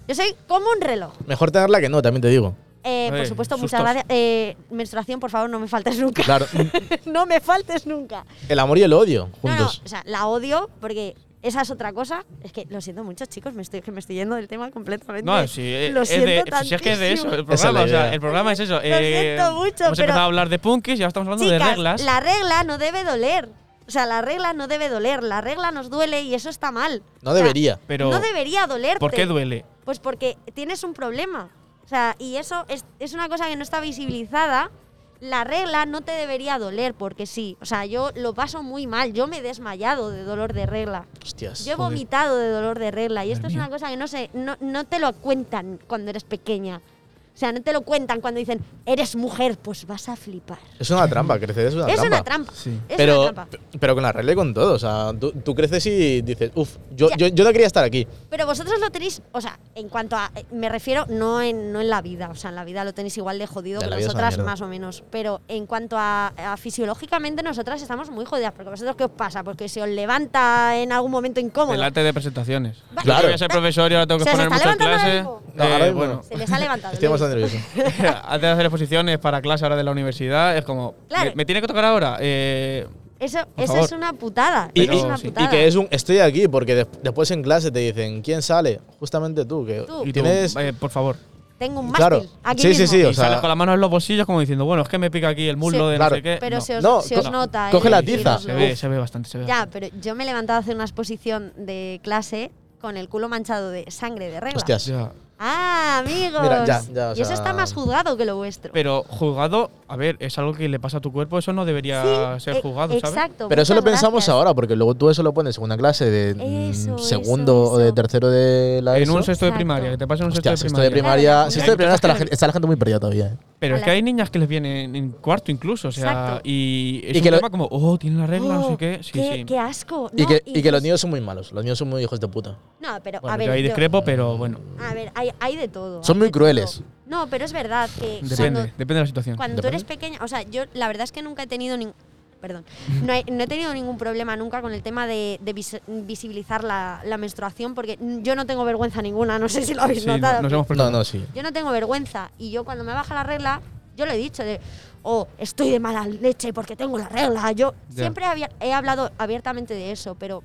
Yo soy como un reloj. Mejor tenerla que no, también te digo. Eh, por Eh, supuesto, muchas sustos. gracias. Eh, menstruación, por favor, no me faltes nunca. Claro. (laughs) mm, no me faltes nunca. El amor y el odio No, no, juntos. o sea, la odio porque esa es otra cosa. Es que lo siento mucho, chicos, me estoy, que me estoy yendo del tema completamente. No, sí, eh, lo es siento de, si es que es de eso, tantísimo. el Esa es la programa, o sea, idea. el programa es eso. Lo eh, siento mucho, hemos pero- empezado a hablar de punkis y ahora estamos hablando Chicas, de reglas. la regla no debe doler. O sea, la regla no debe doler. La regla nos duele y eso está mal. No O sea, debería. Pero, no debería dolerte. ¿por qué duele? Pues porque tienes un problema. O sea, y eso es, es una cosa que no está visibilizada. La regla no te debería doler porque sí. O sea, yo lo paso muy mal. Yo me he desmayado de dolor de regla. Hostias. Yo he Joder. vomitado de dolor de regla. Y esto Madre es mía. una cosa que no sé, no, no te lo cuentan cuando eres pequeña. O sea, no te lo cuentan cuando dicen, eres mujer, pues vas a flipar. Es una trampa, crecer es una es trampa. una trampa. Sí. Es pero, una trampa. pe- pero con la regla y con todo. O sea, tú, tú creces y dices, uff, yo, Ya. yo, yo no quería estar aquí. Pero vosotros lo tenéis, o sea, en cuanto a, eh, me refiero no en, no en la vida, o sea, en la vida lo tenéis igual de jodido Ya, que la vida es una nosotras mierda. más o menos, pero en cuanto a, a fisiológicamente nosotras estamos muy jodidas, porque vosotros ¿qué os pasa? Porque se os levanta en algún momento incómodo. Delante de presentaciones. Va- Claro. Yo voy a ser profesor y ahora tengo que Se os poner está muchas levantando clases. ahora mismo. No, ahora mismo Eh, bueno, (laughs) Se les ha levantado. Estoy lo he bastante nervioso. antes de hacer exposiciones para clase ahora de la universidad, es como, Claro. ¿me, me tiene que tocar ahora? Eh, visto. Eso, Por eso favor. es una putada. Y, eso y- es una sí. y putada. que es un estoy aquí, porque des- después en clase te dicen, ¿quién sale? Justamente tú, que Tú. y tú, tienes. eh, por favor. Tengo un mástil. Claro. Aquí Sí, sí, mismo. sí, Y o sea- sales con las manos en los bolsillos como diciendo, bueno, es que me pica aquí el muslo Sí. de Claro. no sé qué. Pero No. se os, No, se os co- nota. coge ¿eh? la Sí, tiza. os Se lo- ve, se ve bastante, se ve Ya, pero yo me he levantado a hacer una exposición de clase con el culo manchado de sangre de regla. Hostias. bastante. Ya. Ah, amigos. Mira, ya, ya, o y eso sea- está más juzgado que lo vuestro. Pero juzgado, a ver, es algo que le pasa a tu cuerpo, eso no debería ser Eh, juzgado, ¿sabes? Exacto. Pero eso lo muchas pensamos gracias. ahora, porque luego tú eso lo pones en una clase de mm, Eso, segundo eso, o de eso. tercero de la En un ESO. sexto de Exacto. primaria, que te pasa en un Hostia, sexto sexto de Claro, primaria. Sexto de claro. primaria está la, gen- está la gente muy perdida todavía. ¿eh? Pero es que Ala. hay niñas que les vienen en cuarto incluso, o sea, Exacto. y es Y un que lo- tema como, oh, tiene la regla, no sé Oh, qué. Sí, qué, sí. qué asco. Y, No, que, y que los incluso- niños son muy malos. Los niños son muy hijos de puta. No, pero Bueno, a yo ver. ahí yo- discrepo, Mm. pero bueno, a ver, hay, hay de todo. Son hay muy de todo. crueles. No, pero es verdad que depende, cuando, depende de la situación. cuando tú Depende. eres pequeña, o sea, yo la verdad es que nunca he tenido ningún. Perdón, (laughs) no he, no he tenido ningún problema nunca con el tema de, de vis- visibilizar la, la menstruación, porque yo no tengo vergüenza ninguna, no sé si lo habéis Sí, Pues no- notado. nos hemos No, preguntado. no, sí. Yo no tengo vergüenza y yo cuando me baja la regla, yo lo he dicho de, oh, estoy de mala leche porque tengo la regla. Yo Ya. siempre había- he hablado abiertamente de eso, pero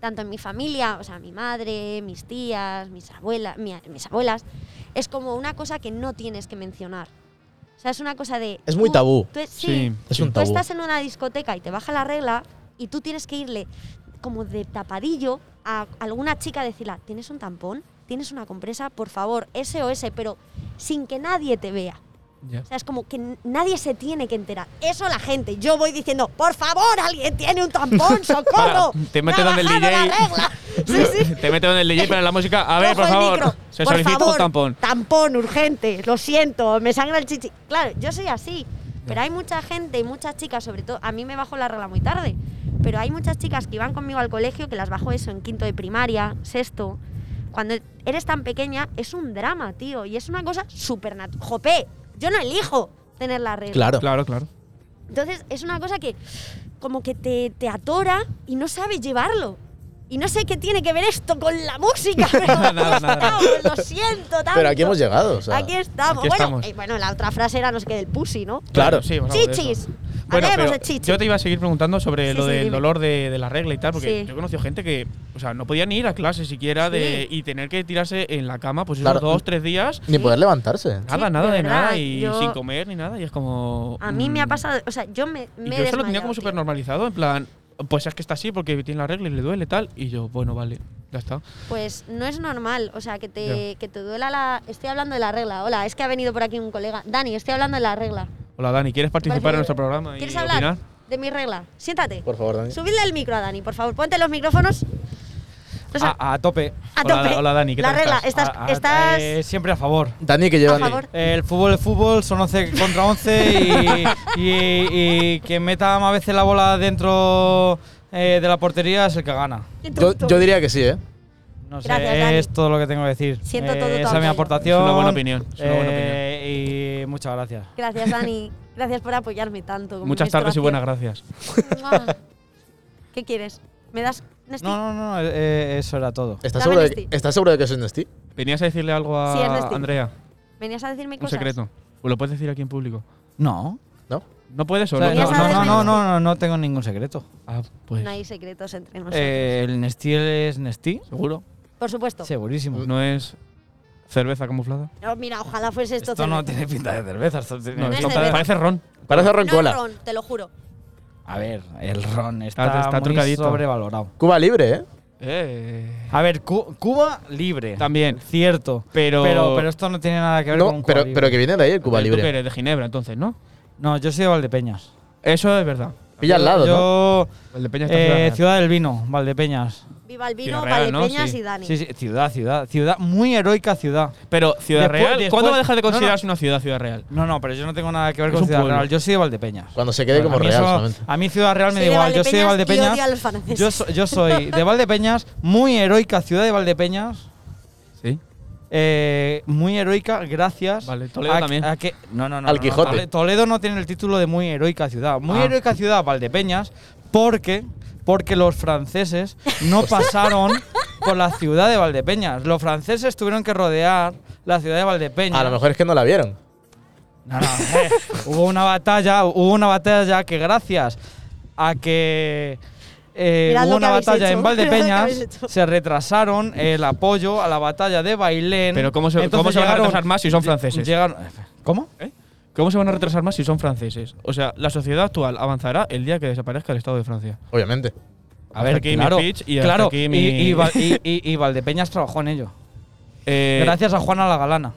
tanto en mi familia, o sea, mi madre, mis tías, mis abuelas, mis abuelas, es como una cosa que no tienes que mencionar. O sea, es una cosa de... Es muy tú- tabú. tú- e-, Sí. sí, Es un tú tabú. estás en una discoteca y te baja la regla y tú tienes que irle como de tapadillo a alguna chica a decirle, ¿tienes un tampón? ¿Tienes una compresa? Por favor, SOS, pero sin que nadie te vea. Ya. O sea, es como que n- nadie se tiene que enterar. Eso la gente. Yo voy diciendo, por favor, alguien tiene (laughs) un tampón, socorro. Para, te me metes ha donde el bajado DJ. la (laughs) regla". Sí, sí. Te metes en el DJ para la música. A ver, Cojo por el favor. micro. Se Por solicita favor, un tampón. Tampón, urgente. Lo siento, me sangra el chichi. Claro, yo soy así. Pero hay mucha gente y muchas chicas, sobre todo, a mí me bajó la regla muy tarde, pero hay muchas chicas que iban conmigo al colegio que las bajo eso en quinto de primaria, sexto. Cuando eres tan pequeña es un drama, tío, y es una cosa súper natural. ¡Jope! Yo no elijo tener la regla. Claro. Claro, claro. Entonces es una cosa que como que te, te atora y no sabes llevarlo. Y no sé qué tiene que ver esto con (laughs) la música, pero Nada, nada, nada. cabrón, pues lo siento tanto. Pero aquí hemos llegado. o sea, Aquí estamos. aquí bueno, estamos. eh, bueno, la otra frase era no sé qué del pussy, ¿no? Claro. sí, hemos hablado de eso. Chichis. Bueno, Hablemos pero de chichis. yo te iba a seguir preguntando sobre Sí, lo sí, del dime. dolor de, de la regla y tal, porque Sí. yo he conocido gente que, o sea, no podía ni ir a clase siquiera de, y tener que tirarse en la cama, pues Claro. esos dos, tres días, Ni poder levantarse. nada, Sí, nada de de verdad, nada y yo- sin comer ni nada, y es como. A mí mm, me ha pasado, o sea, yo me, Y me yo he eso lo tenía desmayado, como súper tío. normalizado, en plan, pues es que está así porque tiene la regla y le duele tal, y yo, bueno, vale, ya está. Pues no es normal, o sea, que te, que te duela la... Estoy hablando de la regla. Hola, es que ha venido por aquí un colega. Dani, estoy hablando de la regla. Hola Dani, ¿quieres participar en nuestro programa y Pues ¿Quieres hablar opinar? de mi regla? Siéntate. Por favor, Dani. Subidle el micro a Dani, por favor. Ponte los micrófonos. O Ah, sea, a, a tope. a hola, tope. hola, Dani, ¿qué La tal regla, estás? estás... A- a- estás eh, siempre a favor. Dani, que a lleva. favor. El fútbol, el fútbol, son 11 contra 11 y, y, y quien meta más veces la bola dentro eh, de la portería es el que gana. Qué Yo, tonto. yo diría que sí, ¿eh? No sé, Gracias, Dani. es todo lo que tengo que decir. Eh, Siento todo tu Esa es mi apoyo. aportación. Es una buena opinión, es una buena eh, Y muchas gracias. Gracias, Dani. Gracias por apoyarme tanto. con mi Muchas tardes y buenas menstruación. gracias. Mua. ¿Qué quieres? ¿Me das Nesti? No, no, no, eh, eso era todo. ¿Estás Dame seguro, de, Nesti. que- ¿Estás seguro de que soy Nesti? ¿Venías a decirle algo a Sí, es Nesti. Andrea? ¿Venías a decirme Un cosas? secreto. ¿O lo puedes decir aquí en público? No. ¿No? ¿No puedes o O sea, no? ya no, sabes no, mi- no, no, no, no tengo ningún secreto. Ah, pues. No hay secretos entre nosotros. Eh, el Nestí es Nestí. ¿Seguro? Por supuesto. Segurísimo. ¿No es cerveza camuflada? No, mira, ojalá fuese esto. Esto no cerveza. tiene pinta de cerveza. esto tiene- No, es esto cerveza. parece ron. Parece No es Roncola. ron, te lo juro. A ver, el ron está, Está- está muy trucadito. sobrevalorado. Cuba libre, ¿eh? Eh. A ver, Cu- Cuba libre. También. Cierto. Pero. Pero, pero esto no tiene nada que ver con No, Cuba pero, libre. pero que viene de ahí el Cuba Tú que libre. eres de Ginebra, entonces, ¿no? No, yo soy de Valdepeñas. Eso es verdad. Pilla al lado, ¿no? yo, Valdepeña está eh, Ciudad Real. ciudad del vino, Valdepeñas. Viva el vino, Ciudad Real, ¿no? Valdepeñas Sí. y Dani. Sí, sí, ciudad, ciudad, ciudad, muy heroica ciudad. Pero Ciudad Después- Real. ¿Cuándo después- va a dejar de no, no. considerarse una ciudad Ciudad Real? No, no, pero yo no tengo nada que ver Es con un Ciudad pueblo. Real. Yo soy de Valdepeñas. Cuando se quede como a, mí real, eso- solamente. a mí Ciudad Real Soy me da de igual, yo soy de Valdepeñas y Valdepeñas. odio a los franceses. yo, so- yo soy (laughs) de Valdepeñas, muy heroica ciudad de Valdepeñas. Sí. Eh, muy heroica, gracias. Vale, Toledo a- también. a que- no, no, no. Al no, no, Quijote. Tole- Toledo no tiene el título de muy heroica ciudad. Muy Ah. heroica ciudad, Valdepeñas, porque, porque los franceses (laughs) no pasaron por la ciudad de Valdepeñas. Los franceses tuvieron que rodear la ciudad de Valdepeñas. A lo mejor es que no la vieron. No, no, eh, hubo una batalla, hubo una batalla que gracias a que eh, Mirad lo hubo que una habéis batalla hecho, (laughs) en mirad lo que Valdepeñas habéis hecho. se retrasaron el apoyo a la batalla de Bailén. Pero ¿cómo se, Entonces ¿cómo se van a llegaron- retrasar más si son franceses? llegaron- ¿Cómo? ¿Eh? ¿Cómo se van a retrasar más si son franceses? O sea, la sociedad actual avanzará el día que desaparezca el Estado de Francia. Obviamente. A Hasta ver, aquí mi claro, pitch y hasta claro, aquí y- mi- y Val- y- y- y Valdepeñas trabajó en ello. (laughs) Eh, Gracias a Juana la Galana.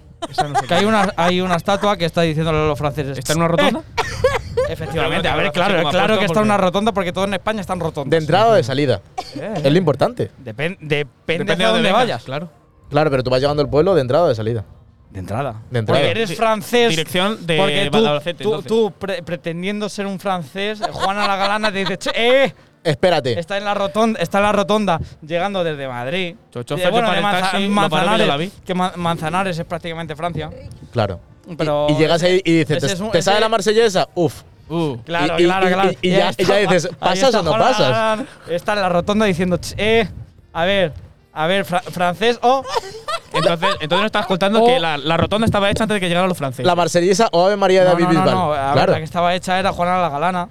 que hay una, hay una estatua que está diciéndole a los franceses. ¿Está en una Eh, rotonda? (laughs) Efectivamente, a Claro, claro, sí, ver, claro, como claro apuesto que está en porque- una rotonda porque todo en España están rotondas. De entrada o de salida. Eh. Es lo importante. Depen- depende, Depende de de dónde dónde vayas. claro. Claro, pero tú vas llegando al pueblo de entrada o de salida. De entrada. De entrada. Porque eres francés. Dirección de porque Badalacete, tú, tú, entonces. tú pre- pretendiendo ser un francés, Juana la Galana te dice, "Che, ¡eh! Espérate. Está en la rotonda, está en la rotonda llegando desde Madrid. Chocho, Eh, Fercho bueno, para de el Manza- taxi, lo para Manzanares, Villalaví. que Ma- Manzanares es prácticamente Francia. Claro. Pero y, y llegas ahí y dices, ese ¿te, es un- te ese- sabe la marsellesa? Uf. Uh, Claro, Y- y- claro, y- claro. y- y ya- está y ya dices, Juan- ¿pasas ahí está o no Juan pasas? Aran, Está en la rotonda diciendo, "Ch, eh, a ver, a ver, fra- francés o Entonces, entonces estabas contando O- que la, la rotonda estaba hecha antes de que llegaran los franceses. La marsellesa o Ave María de No, David no, no, Bisbal. no, a ver, claro. la que estaba hecha era Juana la Galana,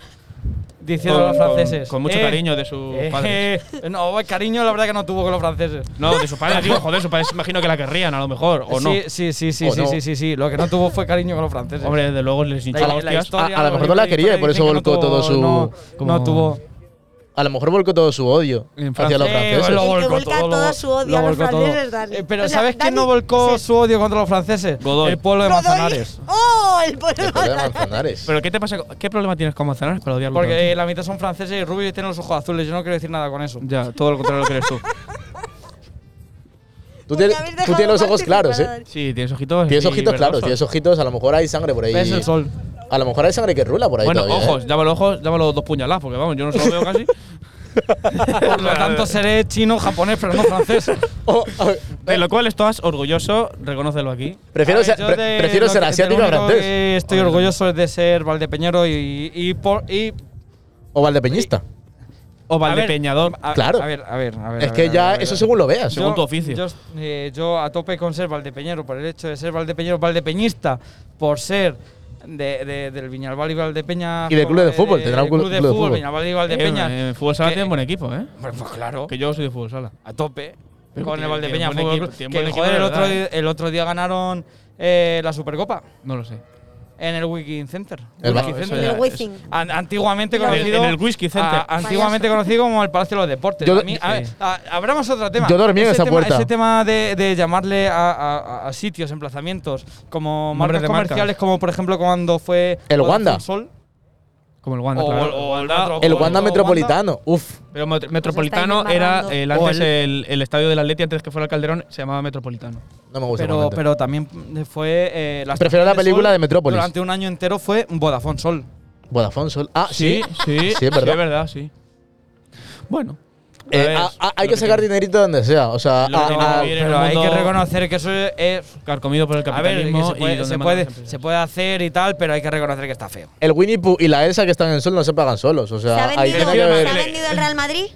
diciendo Con- a los con- franceses. con mucho cariño de sus padres". eh, (laughs) no, el cariño la verdad que no tuvo con los franceses. No, de sus padres, digo, joder, sus padres imagino que la querrían a lo mejor, o no. Sí, sí, sí, sí, O sí, no. sí, sí, sí, Lo que no tuvo fue cariño con los franceses. Hombre, desde luego les hinchaba la hostias. historia, A- a lo mejor no la libros de quería y historia por eso dicen que volcó no tuvo- todo su- No, no como- tuvo. A lo mejor volcó todo su odio En hacia los Eh, franceses. lo El que volcó vuelca todo, lo toda vol- su odio lo a los volcó todo. franceses, Dani. Eh, pero O sea, ¿sabes quién Dani- no volcó sí. su odio contra los franceses? Godoy. El pueblo de Godoy. Manzanares. ¡Oh! El pueblo El de pueblo de Manzanares. Manzanares. Pero ¿qué te pasa? con- ¿Qué problema tienes con Manzanares para odiarlo? Porque eh, la mitad son franceses y rubios y tienen los ojos azules. Yo no quiero decir nada con eso. tanto? ya, todo lo contrario de lo que eres tú. tú Porque tienes, habéis tú dejado tienes los ojos participar claros, a ¿eh? Dani. Sí, tienes ojitos. Tienes así ojitos claros, verdosos. tienes ojitos, a lo mejor hay sangre por ahí. ¿Ves el sol? A lo mejor hay sangre que rula por ahí Bueno, todavía, ¿eh? ojos, llámalo ojos, llámalo dos puñaladas, porque vamos, yo no se lo veo casi. Por lo tanto, seré chino, japonés, pero no francés. O- o- De lo cual estás orgulloso, reconócelo aquí. prefiero A ser, ver, yo pre- de prefiero lo ser que- de asiático lo a único francés. que Estoy orgulloso de ser valdepeñero y, y, por- y- O valdepeñista. O ver, Valdepeñador. a- Claro. A ver, a ver, a ver. es a que ver, a ya, ver, a ver. eso según lo veas. Según tu oficio. Yo, eh, yo a tope con ser valdepeñero, por el hecho de ser valdepeñero, valdepeñista, por ser de, de- del Viñalbal y Valdepeña. Y del club de fútbol, tendrá un del club de fútbol. Viñalbal y Eh, Valdepeña. eh, fútbol sala que- tiene buen equipo, ¿eh? Pues, pues claro, Que yo soy de fútbol sala. a tope. Pero con el tiene- Valdepeña tiene buen Fútbol equipo, Club, tiene que, buen equipo joder, de el, otro, verdad, di- el otro día ganaron eh, la Supercopa No lo sé. en el Wiki Center. El Wiki Val- Center. En ya el es- Wizzing. An- antiguamente En el- conocido. en el Whisky Center. a- antiguamente conocido como el Palacio de los Deportes. Yo- A mí- a ver, Sí. a- abramos otro tema. Yo dormí en Ese esa tema- puerta. Ese tema de, de llamarle a, a- a sitios, emplazamientos, como Nombres marcas Pues de comerciales, marcas. como por ejemplo cuando fue. El lo de Wanda. Futsol, Como el o, Wanda, claro. o el Wanda. El o- Wanda o Metropolitano. Uf. Pero Met- Metropolitano estáis era embarrando. el, O antes el- el, el estadio del Atleti, antes que fuera el Calderón, se llamaba Metropolitano. No me gusta. Pero, realmente. pero también fue. eh, la Prefiero la estación película Sol, de Metrópolis. Durante un año entero fue Vodafone Sol. Vodafone Sol. Ah, sí. sí, Sí, es verdad. Sí, sí. Bueno. a Eh, ver, ah, ah, hay lo que sacar dinerito donde sea. O sea, Lo ah, que tiene ah, que vivir en Pero un hay que mundo reconocer que eso es. Carcomido por el A ver, que capitalismo se puede, y donde se, mandan puede- las empresas. se puede hacer y tal, pero hay que reconocer que está feo. el Winnie Pooh y la Elsa que están en Sol no se pagan solos. O ¿Se ha, sea, Ah, ahí tiene vendido, ¿Se que ha ver. vendido el Real Madrid?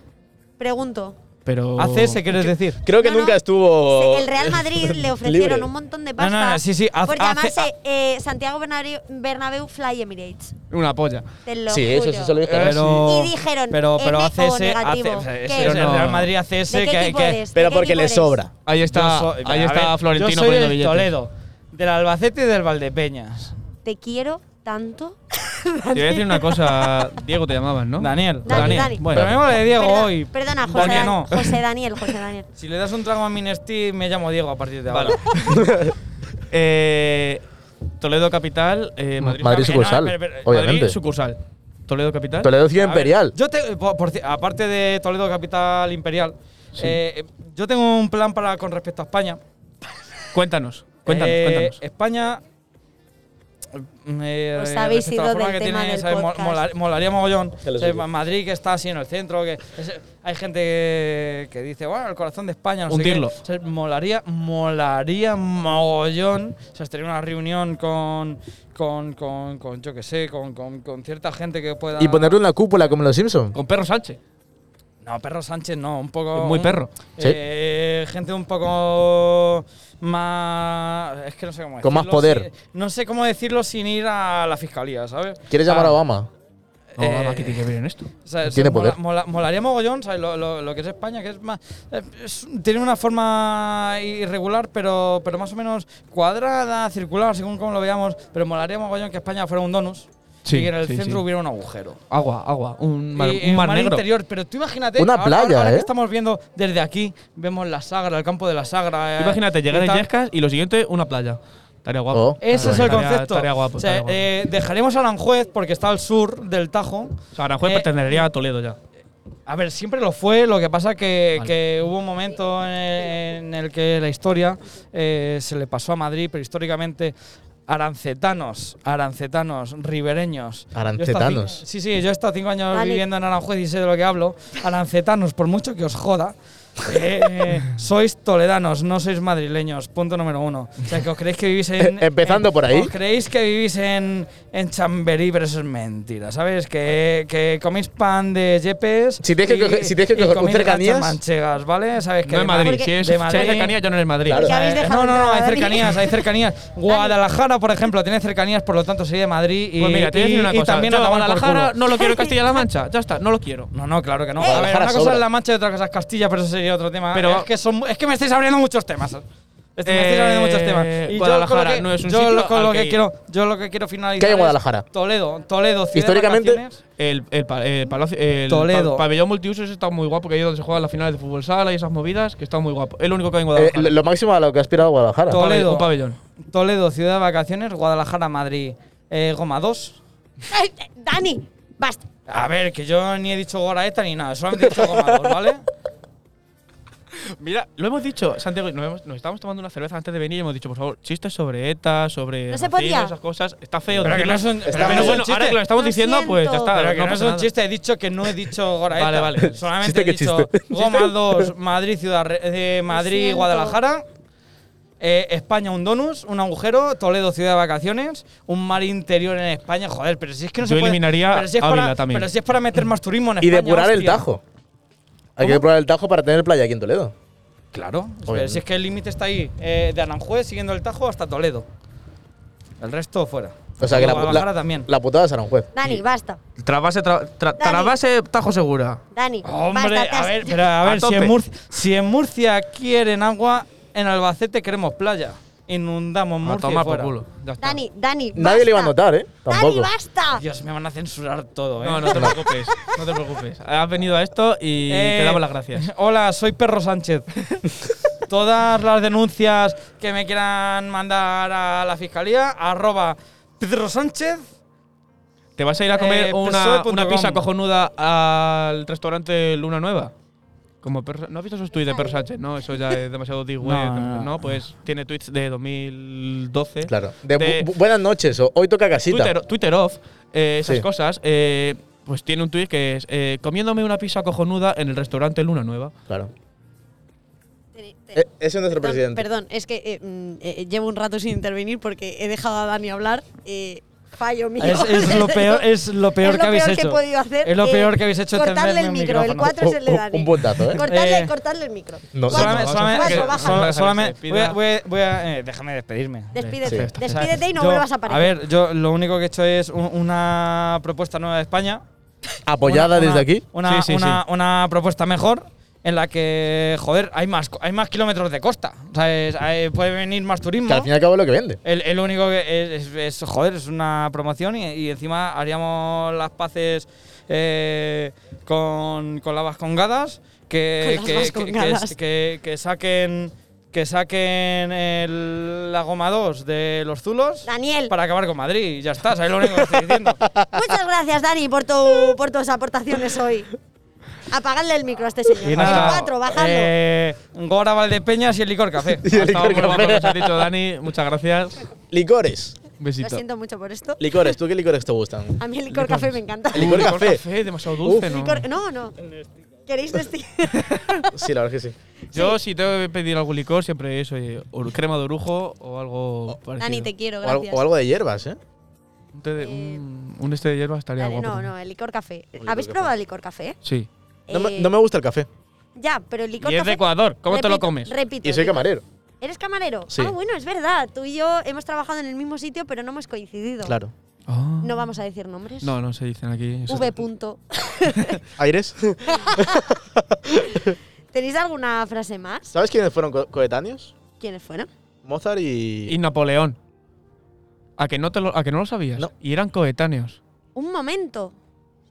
Pregunto. Pero. ¿Haces, quieres decir? Creo que No, no. nunca estuvo. Se- El (laughs) Real Madrid le libre. ofrecieron un montón de pasta No, no, no, sí, sí, haz- por hace- llamarse eh, Santiago Bernabéu, Bernabéu Fly Emirates. Una polla. Te lo Sí, eso, juro. eso se lo dije. Ah, Pero, Y dijeron, pero, pero M hace o ese, hace, negativo. o sea, ¿Qué? ese- el Yo no. Real Madrid hace ese ¿De qué que hay equipo que. eres? Pero ¿De qué porque equipo le eres? sobra. Ahí está, Yo soy- ahí a está ver, Florentino Yo soy poniendo del billetes. Toledo, del Albacete y del Valdepeñas. Te quiero tanto. Te voy a decir una cosa. Diego te llamaban, ¿no? Daniel, Dani, Daniel. Dani. Bueno, pero me de Diego Perdona- hoy. Perdona, ¿Por José, qué Dan- no? José Daniel, José (laughs) Daniel. Si le das un trago a mi Nestí, me llamo Diego a partir de ahora. Eh, Toledo Capital, eh, Madrid, Madrid eh, no, sucursal, espera, espera, obviamente. Madrid sucursal. Toledo Capital. Toledo Ciudad A ver, Imperial. (laughs) Yo te- por- por ci- aparte de Toledo Capital Imperial, eh, yo tengo un plan para con respecto a España. Cuéntanos, cuéntanos, Eh, cuéntanos. España. eh, Os habéis respecto a la ido forma del que tema del ¿sabes? Mo- podcast. mola- molaría mogollón. Se lo O sea, supo. Madrid que está así en el centro. que es- Hay gente que, que dice, bueno, el corazón de España. No sé Hundirlo. qué. O sea, molaría, molaría mogollón. O sea, tener una reunión con, con, con, con, yo que sé, con, con, con cierta gente que pueda. Y ponerle una cúpula como en los Simpsons. Con Perro Sánchez. No, perro Sánchez no, un poco. Es muy un- perro. Sí. eh, gente un poco más. Es que no sé cómo decirlo. Con más poder. si- no sé cómo decirlo sin ir a la fiscalía, ¿sabes? Ah, ¿Quieres llamar a Obama? No, mamá, ¿qué tiene Oh, que ver en esto? O sea, Tiene se- mola- poder. mola- molaría mogollón, ¿sabes? Lo, lo- lo que es España, que es más. eh, es- tiene una forma irregular, pero, pero más o menos cuadrada, circular, según como lo veamos. Pero molaría mogollón que España fuera un donus. Sí, y que en el sí, centro sí. hubiera un agujero. Agua, agua. Un mar, Y- y un mar negro. Eh, interior, pero tú imagínate. Una ahora- playa, ahora, ahora ¿eh? que estamos viendo desde aquí, vemos la Sagra, el campo de la Sagra. eh, Imagínate llegar y a tal. Yescas y lo siguiente, una playa. Estaría Oh. guapo. Ese Estaría- es el estaría- concepto. Estaría guapo. O sea, estaría guapo. eh, dejaremos a Aranjuez porque está al sur del Tajo. O sea, Aranjuez eh, pertenecería a Toledo ya. A ver, siempre lo fue, lo que pasa que, Vale. que hubo un momento en el, en el que la historia eh, se le pasó a Madrid, pero históricamente arancetanos, arancetanos, ribereños. Yo he estado cinco- Arancetanos. sí, sí, yo he estado cinco años Vale. viviendo en Aranjuez y sé de lo que hablo. Arancetanos, por mucho que os joda, (laughs) eh, sois toledanos, no sois madrileños, punto número uno. O sea, que os creéis que vivís en... (laughs) Empezando en- por ahí. os creéis que vivís en, en Chamberí, pero eso es mentira, ¿sabes? Que, que coméis pan de yepes Si tienes que coger- si tienes que y coger coméis cercanías- gachas manchegas, ¿vale? Sabes que No es Madrid. porque- Si es, de si es Madrid- cercanía, ya no eres Madrid. Claro. Eh, Ya habéis dejado no, no, no, entrar a hay Madrid. cercanías, hay cercanías. Guadalajara, por ejemplo, tiene cercanías, por lo tanto sería de Madrid y, Pues mira, te voy a decir y- una y cosa. también Yo a a tomar por Guadalajara culo. no lo quiero en (laughs) Castilla-La Mancha. Ya está, no lo quiero. No, no, claro que no. A ver, Guadalajara una cosa sobra. es la mancha y otra cosa es Castilla, pero eso sería otro tema. Pero- es que, son, es que me estáis abriendo muchos temas. Este, me estáis abriendo muchos temas. Eh, Y yo Guadalajara con lo que- no es un yo sitio lo- con al lo que que ir. quiero, Yo lo que quiero finalizar. ¿Qué hay en es Guadalajara? Toledo, Toledo. ciudad de Históricamente- vacaciones. El, el, pa- el palacio, el Toledo. pa- pabellón multiusos está muy guapo, que ahí es donde se juegan las finales de fútbol sala y esas movidas, que está muy guapo. Es lo único que hay en Eh, Guadalajara. lo, lo máximo a lo que ha aspirado Guadalajara. To- Toledo. Un pabellón. Toledo, ciudad de vacaciones. Guadalajara, Madrid. Eh, Goma 2. (laughs) Ay, Dani, basta. (laughs) A ver, que yo ni he dicho Goraeta ni nada, solamente he dicho Gomados, ¿vale? Mira, lo hemos dicho, Santiago, nos, hemos- nos estábamos tomando una cerveza antes de venir y hemos dicho, por favor, chistes sobre ETA, sobre No se racismo, podía. esas cosas. Está feo. Pero que decirlo. no son- Pero pero bueno, no son ahora que lo chistes. estamos Lo diciendo, pues ya siento. está. Pero que no pasa es un nada. chiste, he dicho que no he dicho Goraeta. Vale, vale. (laughs) Solamente Chiste, he ¿qué dicho chiste? (laughs) Goma 2, Madrid, Ciudad Re- eh, Lo Madrid siento. Guadalajara. eh, España, un donus, un agujero, Toledo, ciudad de vacaciones, un mar interior en España. Joder, pero si es que no Yo se puede. eliminaría pero si es Ávila para, también. Pero si es para meter más turismo en Y España. depurar el hostia. Tajo. Hay que depurar el Tajo para tener playa aquí en Toledo. Claro. Pero Obviamente. si es que el límite está ahí, eh, de Aranjuez, siguiendo el Tajo, hasta Toledo. El resto fuera. O sea que la, Guadalajara la, también. la putada es Aranjuez. Dani, basta. Trabase, tra- tra- Dale. trabase, tajo segura. Dani, Hombre, basta. te a has- (laughs) ver, pero a A ver, si en, tope. Murcia, si en Murcia quieren agua, en Albacete queremos playa. Inundamos A Murcia y tomar por fuera. culo. Ya está. Dani, Dani. Nadie le iba a basta. notar, ¿eh? Tampoco. Dani, basta. Dios, me van a censurar todo, ¿eh? No, no te (laughs) preocupes. No te preocupes. Has venido a esto y Eh, te damos las gracias. (laughs) Hola, soy (laughs) Perro Sánchez. Todas las denuncias que me quieran mandar a la fiscalía, arroba Pedro Sánchez. ¿Te vas a ir a comer eh, una, PSOE.com. una pizza cojonuda al restaurante Luna Nueva? Como perro- ¿No has visto esos tweets de Perro Sánchez? No, eso ya es demasiado deep web. No, no, no. No, pues tiene tweets de 2012. Claro. De De- bu- buenas noches, o hoy toca casita. Twitter, Twitter off, eh, esas Sí. cosas, eh, pues tiene un tweet que es eh, comiéndome una pizza cojonuda en el restaurante Luna Nueva. (laughs) Claro. Te- te- E- ese es nuestro Perdón, presidente. Perdón, es que eh, mm, eh, llevo un rato sin intervenir porque he dejado a Dani hablar. eh, fallo mío. Es, (laughs) es lo peor, es lo peor Es lo que habéis peor que he hecho. podido hacer, Es lo eh, peor que habéis hecho. cortarle tenerme el un micro, el micrófono. cuatro es el de O- o- Dani. un botazo, ¿eh? Cortarle, Eh, cortarle el micro. No, Cuatro. Solamente, Vamos, solamente- Guaso, que- baja. solo- Baja, solamente- que se voy a- despida. voy a- voy a- eh, déjame despedirme. Despídete, Sí. despídete y no Yo- vuelvas a aparecer. ver, yo lo único que he hecho es un- una propuesta nueva de España. Apoyada Una- desde una- aquí. Una, Sí, sí, una- una propuesta mejor en la que, joder, hay más, co- hay más kilómetros de costa. O sea, es- hay- puede venir más turismo. Que al fin y al cabo es lo que vende. El, el único que es, es- es, joder, es una promoción y, y encima haríamos las paces eh, con, con las vascongadas, que, Con las que, que- que- vascongadas. que- que saquen que saquen el- la goma 2 de los zulos Daniel. para acabar con Madrid y ya está, ¿sabes lo único que estoy (laughs) diciendo? Muchas gracias, Dani, por, tu, por tus aportaciones hoy. Apagadle el micro a este señor. Y El nada, cuatro, bajadlo. eh, Gora Valdepeñas y el (laughs) licor café. Ha estado muy guapo lo que os ha dicho Dani, muchas gracias. Licores. Un Lo besito. siento mucho por esto. Licores, ¿tú qué licores te gustan? (laughs) A mí el licor café me encanta. El licor Un café. demasiado dulce, Uf. ¿no? Licor- no, no. (laughs) ¿Queréis decir? Sí, la verdad es que sí. Yo si tengo que pedir algún licor siempre es oye, o crema de orujo o algo Oh. parecido. (laughs) Dani, te quiero, O algo, gracias. o algo de hierbas, ¿eh? un, té de- Eh, un- un este de hierba estaría Dale, guapo. no, también. no, el licor café. licor ¿Habéis café. probado el licor café? Sí. No, me, Eh, no me gusta el café. Ya, pero el licor Y es café. de Ecuador, ¿cómo te lo Repito, comes? Repito. Y soy licor- camarero. ¿Eres camarero? Sí. Ah, bueno, es verdad. Tú y yo hemos trabajado en el mismo sitio, pero no hemos coincidido. Claro. Ah. No vamos a decir nombres. No, no se dicen aquí. eso- V. Punto. ¿Aires? ¿Tenéis alguna frase más? ¿Sabes quiénes fueron co- coetáneos? ¿Quiénes fueron? Mozart y. Y Napoleón. A que no, te lo, a que no lo sabías. No. Y eran coetáneos. Un momento.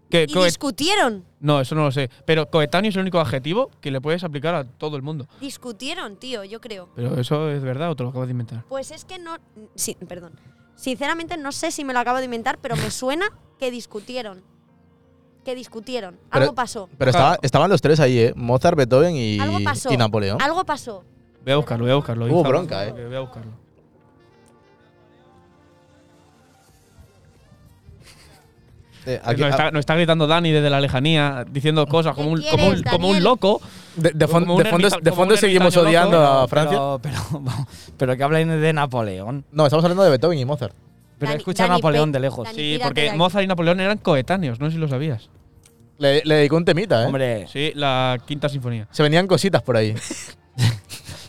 Que Y coe- discutieron. no, eso no lo sé. Pero coetáneo es el único adjetivo que le puedes aplicar a todo el mundo. Discutieron, tío, yo creo. Pero eso es verdad o te lo acabas de inventar. Pues es que no. Sí, perdón. Sinceramente no sé si me lo acabo de inventar, pero me suena que discutieron. Que discutieron. Pero- Algo pasó. Pero estaba- estaban los tres ahí, ¿eh? Mozart, Beethoven y, Algo pasó. y Napoleón. Algo pasó. Voy a buscarlo, voy a buscarlo. Hubo Izabal. bronca, ¿eh? Voy a buscarlo. Eh, aquí- nos, ah, está, nos está gritando Dani desde la lejanía diciendo cosas como un, ¿Qué como un, quieres, como un Daniel? loco. de, de fon- como un de fondo, ermita- de como fondo un seguimos ermitaño odiando loco, a Francia. Pero, pero, (laughs) pero que hablen de Napoleón. No, estamos hablando de Beethoven y Mozart. Pero Dani- escucha Dani, a Napoleón pe- de lejos. Dani, Sí, tírate de porque aquí. Mozart y Napoleón eran coetáneos, no sé si lo sabías. Le, le dedicó un temita, ¿eh? Hombre, Sí, la quinta sinfonía. Se venían cositas por ahí.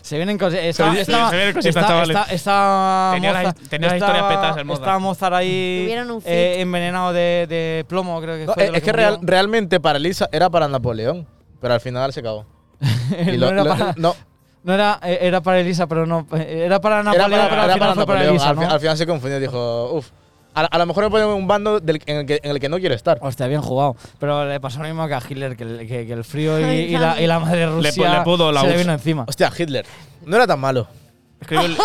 se vienen cosas. Está, vienen- está, se vienen cositas, está- chavales. está- está Tenía las- Mozart- tenía las estaba- historias petadas el Mozart. Estaba Mozart ahí Tuvieron un fit. eh, envenenado de, de plomo, creo que No, fue. es, de lo es que murió. real- realmente para Lisa era para Napoleón, pero al final se cagó. Y (laughs) No lo- era lo- para- no, No era, eh, era para Elisa, pero no. eh, Era para era Napoleón, para, pero era al final para fue para Napoleón. Elisa, al, fi- ¿no? al final se confundió y dijo, uff, a, a lo mejor me ponen en un bando del- en, el que, en el que no quiero estar. Hostia, bien jugado. Pero le pasó lo mismo que a Hitler, que, el- que- que el frío y, Ay, y la, y la madre Le pu- Rusia le pudo la se le us- vino encima. Hostia, Hitler, no era tan malo. Escribió el-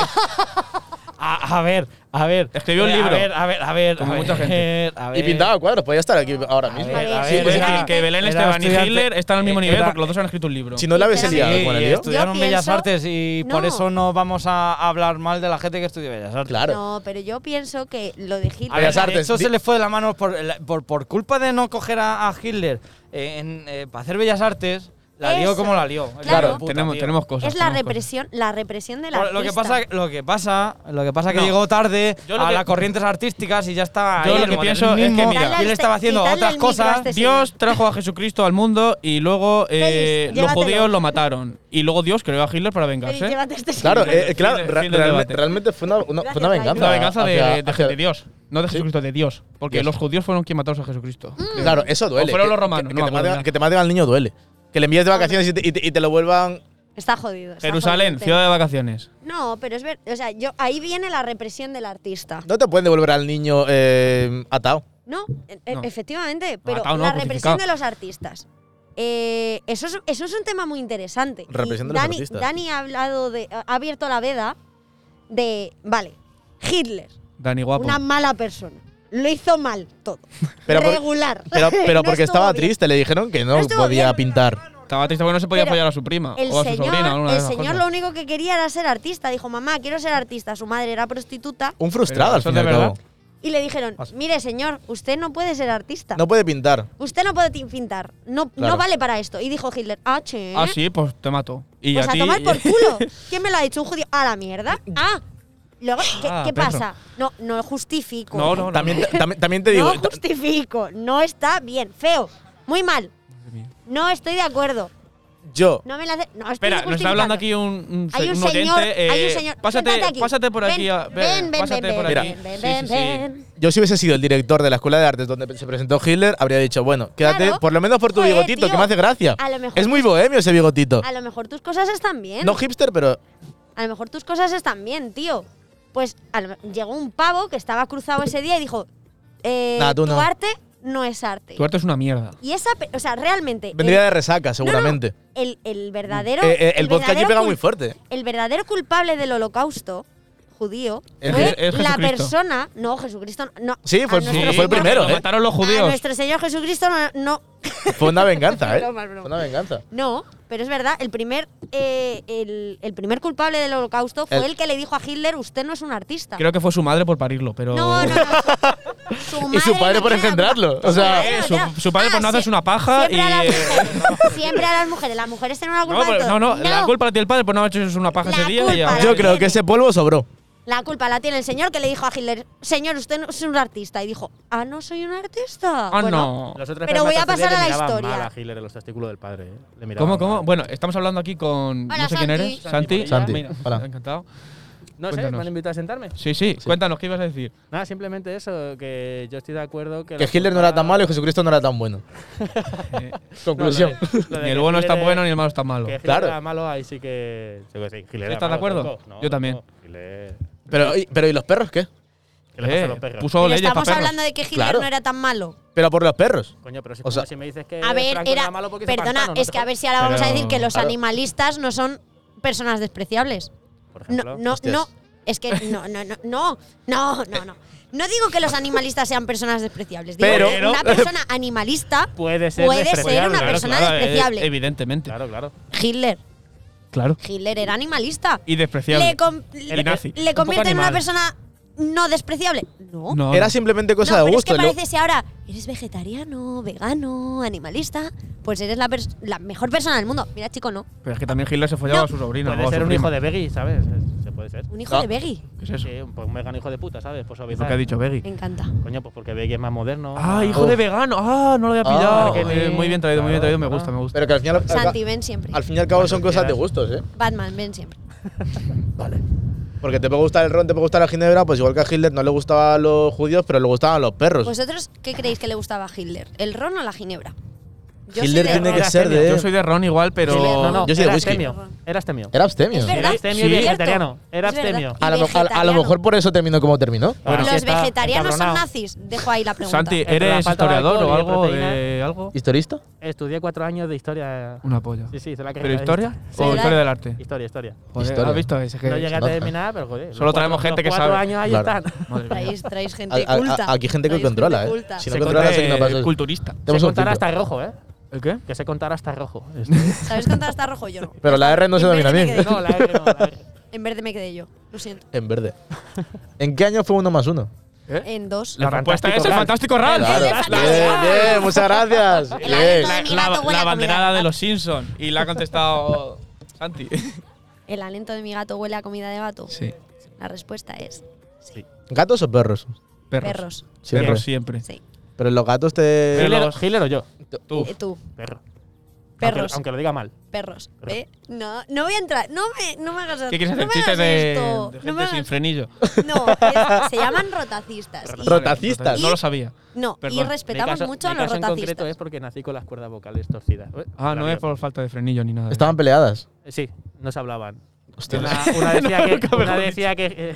a, a ver, a ver. Escribió un Eh, libro. A ver, a ver, a ver. Como a mucha ver, a Y ver. pintaba cuadros, podía estar aquí ahora A mismo. ver, a Sí, ver, Puedes era- decir pues que Belén era Esteban y estudiante- Hitler están al mismo eh, nivel era- porque los dos han escrito un libro. Si no la habéis Sí, Sinceramente. liado con el y lío. estudiaron Yo Bellas pienso- Artes y por No. eso no vamos a hablar mal de la gente que estudia Bellas Artes. Claro. No, pero yo pienso que lo de Hitler. A ver, Bellas de Artes, hecho, di- se le fue de la mano por, la- por, por culpa de no coger a, a Hitler eh, en, eh, para hacer Bellas Artes. La lió Eso. como la lió. Claro. Puta, tenemos, tío. tenemos cosas. es la tenemos cosas. represión, la represión de la Lo- Lo que, pasa, lo que pasa, lo que pasa que No. llegó tarde Yo lo a que- las corrientes artísticas y ya estaba. Yo ahí lo el que pienso es que, modernismo, mira, y él estaba haciendo Quitadle otras el micro a cosas. este Dios trajo a Jesucristo al mundo y luego eh, Félix, los llévatelo. judíos lo mataron. Y luego Dios creó a Hitler para Félix, vengarse. llévate este Claro, señor. eh, claro, Fin de- ra- fin del realme- debate. realmente fue una, una- fue una Gracias, venganza. La venganza de, hacia- de- de hacia- Dios. No de Jesucristo, de Dios. Porque Dios. los judíos fueron quienes mataron a Jesucristo. Mm. Claro, eso duele. O fueron que- los romanos, que- que, no me te acuerdo maten, ya. que te maten al niño duele. Que le envíes Ah, de vacaciones y te, y te- y te lo vuelvan. Está jodido. está Jerusalén, jodido. ciudad de vacaciones. No, pero es ver, o sea, yo ahí viene la represión del artista. No te pueden devolver al niño eh, atado. No, e- e- No. efectivamente, pero Atado no, la crucificado. represión de los artistas. Eh, eso, es, eso es un tema muy interesante. Y Represión de los Dani, artistas. Dani ha hablado de, ha abierto la veda de, vale, Hitler, Dani Guapo. una mala persona, lo hizo mal (laughs) todo, Pero por- regular, (laughs) Pero, pero No porque estuvo estaba bien. triste, le dijeron que no, No estuvo podía bien. pintar. Estaba triste porque no se podía Pero apoyar a su prima El o a su señor, sobrina. alguna de el esas señor cosas. lo único que quería era ser artista. Dijo, mamá, quiero ser artista. Su madre era prostituta. Un frustrado Pero al eso fin y de al cabo. verdad. Y le dijeron, mire, señor, usted no puede ser artista. No puede pintar. Usted no puede ti- pintar. No, Claro. no vale para esto. Y dijo Hitler, ah, che. Ah, sí, pues te mato. Y Pues a a, ti. (laughs) tomar por culo. ¿Quién me lo ha dicho? Un judío. A la mierda. Ah. Luego, ¿qué, Ah, qué Pedro. pasa? No, no justifico. No, no, no. También, te- también, también te (laughs) No digo. ta- justifico. No está bien. Feo. Muy mal. No estoy de acuerdo. Yo, No me la hace. No estoy Espera, nos está hablando justificando. aquí un, un, Hay se- un, un señor, oyente, eh, hay un señor. Pásate, Siéntate aquí. pásate por aquí. Ven, a- ven, ven, pásate ven, por ven, aquí. ven, ven, Sí, sí, sí. ven. yo si hubiese sido el director de la Escuela de Artes donde se presentó Hitler, habría dicho, bueno, quédate Claro. por lo menos por tu Joder, bigotito, tío. que me hace gracia. A lo mejor- pues es muy bohemio ese bigotito. A lo mejor tus cosas están bien. No hipster, pero A lo mejor tus cosas están bien, tío. Pues a lo me- llegó un pavo que estaba cruzado ese día y dijo, eh, Nah, tú tu no. arte no es arte. Tu arte es una mierda. Y esa, pe- o sea, realmente. vendría de el, resaca, Eh, no, no, seguramente. el, el verdadero. Eh, eh, el vodka allí verdadero pega cul- muy fuerte. El verdadero culpable del holocausto judío Es- fue es la Jesucristo. persona. No, Jesucristo no. no, Sí, a fue- nuestro sí, Pero fue el señor- primero, Lo ¿eh? mataron los A judíos. nuestro Señor Jesucristo no. No, Fue (laughs) una venganza, ¿eh? Broma, broma. Fue una venganza. no, pero es verdad, el primer, eh, el, el primer culpable del holocausto fue El- el, que le dijo a Hitler: Usted no es un artista. Creo que fue su madre por parirlo, pero. No, no, no. (laughs) Y su padre madre no por tiene la engendrarlo, culpa. o Su sea, madre no eh, su- tiene la- su padre por no hacerse sie- una paja Siempre a, y, (laughs) las eh, mujeres, siempre a las mujeres. Las mujeres tienen una culpa No, de pero- todo. no, no, la culpa la tiene el padre por no haber hecho una paja La ese día. y ya. culpa la Yo tiene. creo que ese polvo sobró. La culpa la tiene el señor que le dijo a Hitler, señor, usted no es un artista. Y dijo, ah, no soy un artista. Ah, Bueno, no. Los otros Pero voy a pasar espermatozoides a la le miraban historia. mal a Hitler en los testículos del padre. ¿eh? Le miraban ¿Cómo, cómo? mal. Bueno, estamos hablando aquí con. Hola, no sé quién Santi. eres. Santi. Santi, Mira, hola. Encantado. No sé, Cuéntanos. me han invitado a sentarme. Sí, sí, Cuéntanos, ¿qué ibas a decir? Nada, simplemente eso, que yo estoy de acuerdo que. Que la Hitler no era tan culpa- malo y Jesucristo no era tan bueno. No, lo de- (laughs) Conclusión. lo de Ni el que bueno está Hitler- bueno ni el malo está malo. Que (laughs) Hitler Claro. era malo, ahí sí que. sí que sí, Hitler era ¿Estás de malo, acuerdo? tronco. No, Yo también. tronco. Hitler- Pero, ¿y- pero ¿y los perros qué? ¿Qué le pasa a Eh, los perros? Puso pero leyes para estamos perros. hablando de que Hitler Claro. no era tan malo. Pero por los perros. Coño, pero O si, como sea- si me dices que. A ver, Franco era. malo porque hizo Perdona, pantano, ¿no es te que a ver jodas? si ahora vamos a Pero- decir que los Claro. animalistas no son personas despreciables. Por ejemplo. No, no, Hostias. no. Es que no, no, no, no, no, no, no. No digo que los animalistas sean personas despreciables. Digo Pero- que una persona animalista Puede ser puede ser despreciable, una claro, persona Claro, eh, despreciable. Evidentemente. Claro, claro. Hitler. Claro. Hitler era animalista. Y despreciable. Le, com- El le- nazi. le Un convierte poco en una animal. persona no despreciable. No. No, Era no. simplemente cosa No, de pero gusto. es que lo- parece si ahora eres vegetariano, vegano, animalista, pues eres la, pers- la mejor persona del mundo. Mira, chico, no. Pero es que también Hitler se follaba No. a su sobrino. Puede o a ser su un prima. hijo de Beggy, ¿sabes? Es- Se puede ser. Un hijo No. de Beggy. ¿Qué es eso? Sí, un, un mega hijo de puta, ¿sabes? Pues Lo que ha suavizar. dicho Beggy. Me encanta. Coño, pues porque Beggy es más moderno. Ah, más- hijo de vegano. Ah, no lo había Ah, pillado. marketing. Eh, muy bien traído, muy bien traído. Me Claro, gusta, me gusta. Pero que al final. al- Santi, ven siempre. Al fin y al cabo son cosas de gustos, ¿eh? Batman, ven siempre. Porque te puede gustar el ron, te puede gustar la ginebra, pues igual que a Hitler no le gustaban Pues los judíos, pero le gustaban los perros. ¿Vosotros qué creéis que le gustaba a Hitler? ¿El ron o la ginebra? Yo Hitler soy de tiene que Rodas. ser de. Yo soy de ron igual, pero. Sí, no, no, Yo soy de era whisky. Astemio. Era Astemio. Era abstemio. Es Sí. verdad. es Era abstemio y cierto. vegetariano. Era Es verdad. abstemio. A, Y lo, a- a lo vegetariano. mejor por eso terminó como terminó. Bueno, Los sí está vegetarianos son encabronado. nazis. Dejo ahí la pregunta. Santi, Entre la ¿eres falta de historiador o alcohol y de algo proteína. de algo? ¿Historista? Estudié cuatro años de historia. Una polla. Sí, sí, hice la carrera ¿Pero de historia? ¿O Sí. historia del arte? Historia, historia. Joder, Historia. ¿Has visto ese? que- No llegué a no. terminar, pero joder. Solo los traemos gente los que cuatro sabe. años ahí Claro. están. Madre mía. Traéis, traéis gente A- a- a- culta. aquí gente que Traéis controla, gente ¿eh? culta. Si no Se controlas, conté aquí no pasa. culturista. Tenemos se un contará filtro. hasta rojo, ¿eh? ¿El qué? Que se contará hasta rojo. Este- ¿Sabéis contar hasta rojo yo no? Pero la R no se En domina verde me bien. quedé yo. (laughs) no, la R no, la R. En verde me quedé yo. Lo siento. (laughs) En verde. ¿En qué año fue uno más uno? En dos. La respuesta es el fantástico Ral. Claro. de fantasía. Bien, bien, muchas gracias. El año Bien. todo mi gato huele a comida de gato. Simpsons. Y la ha contestado Santi. El aliento de mi gato huele a comida de gato. Sí. La respuesta es ¿Gatos o perros? Perros. Perros, perros. siempre. Sí. Pero los gatos te. Pero- Hitler, los- Hitler o yo. Tú. Eh, tú, Perro. Perros. Aunque, aunque lo diga mal. perros. ¿Eh? No, no voy a entrar. No me, no me hagas ¿Qué quieres no hacer? me Chistes hagas de, esto. de no me gente sin hagas- frenillo. (laughs) No, es- se llaman rotacistas. Y- Rota- Rotacistas. No lo sabía. no, y Perdón. respetamos Mi caso- mucho mi a los caso en concreto rotacistas. es porque nací con las cuerdas vocales torcidas. Ué, Ah, no la es por falta de frenillo ni nada. Estaban peleadas. mierda. Sí, no (laughs) se hablaban. Hostia. Una, una decía que, mejor una decía que, eh,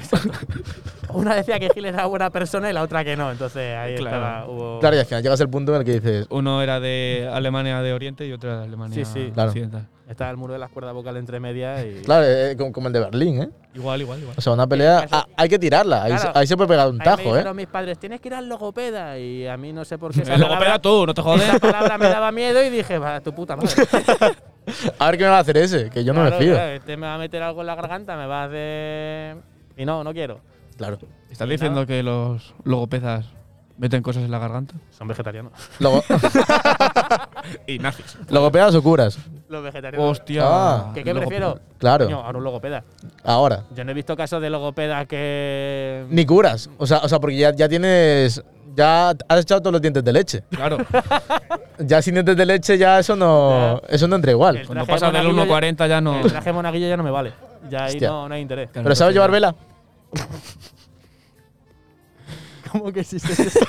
una decía que Hitler era buena persona y la otra que no. Entonces ahí Claro. estaba. Hubo, Claro, y al final llegas al punto en el que dices. Uno era de Alemania de Oriente y otro era de Alemania Sí, sí. Claro. Occidental. Estaba el muro de las cuerdas vocales entre medias y. Claro, eh, como, como el de Berlín, ¿eh? Igual, igual, igual. O sea, una pelea. ah, hay que tirarla. Ahí, se- Claro. ahí se puede pegar un Ahí me tajo, ¿eh? dijeron mis padres, tienes que ir al logopeda. Y a mí no sé por qué. esa El logopeda palabra- Eh, tú, no te Esa jodes. palabra me daba miedo y dije, va, tu puta madre. ¿eh? A ver qué me va a hacer ese, que yo no me Claro, fío. claro, este me va a meter algo en la garganta, me va a hacer. Y no, no quiero. Claro. ¿Estás diciendo que los logopezas meten cosas en la garganta? Son vegetarianos. (laughs) Logo- Y nazis. ¿Logopedas o curas? Los vegetarianos. Hostia. Ah. ¿Qué, qué Logope- prefiero? Claro. Coño, ahora un logopeda. Ahora. Yo no he visto casos de logopedas que. Ni curas. O sea, o sea porque ya, ya tienes. Ya has echado todos los dientes de leche. (laughs) Claro. Ya sin dientes de leche, ya eso no. Eso no entra igual. El Cuando traje pasas del monaguillo ya- 1.40 ya no. El traje monaguillo ya no me vale. Ya ahí Hostia. no, no hay interés. Pero ¿sabes llevar vela? ¿Cómo (laughs) que existe eso?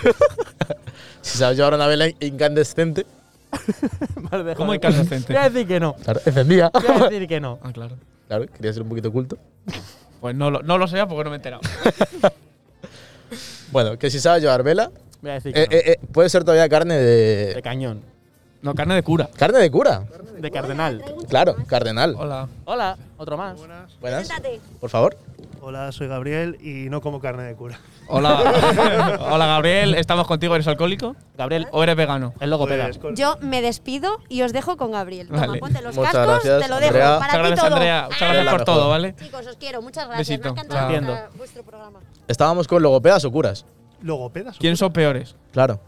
Si sabes llevar una vela incandescente, Mal dejado. ¿Cómo incandescente? Voy (laughs) a decir que no. claro, encendía. Voy a decir que no. Ah, claro. (laughs) Claro, quería ser un poquito culto. Pues no lo, no lo sé porque no me he enterado. Bueno, que si sabes llevar vela, Voy a decir que eh, no. eh, eh, puede ser todavía carne De de. cañón. (laughs) No, carne de cura. Carne de cura. De cardenal. Claro, cardenal. Hola. Hola, otro más. Buenas. Siéntate. Por favor. Hola, soy Gabriel y no como carne de cura. Hola. (laughs) Hola, Gabriel. Estamos contigo. ¿Eres alcohólico? Gabriel, ¿O eres vegano? el logopeda. Pues con- Yo me despido y os dejo con Gabriel. Toma, Vale. ponte los Muchas cascos, gracias, te lo Andrea. dejo. Muchas Para ti gracias, todo. Andrea. Muchas gracias por mejor. todo, ¿me Chicos, os quiero. Muchas gracias. Besito. Me ha encantado Chao. vuestra- vuestro programa. Estábamos con logopedas o curas. ¿Logopedas? o ¿Quién curas? son peores? Claro.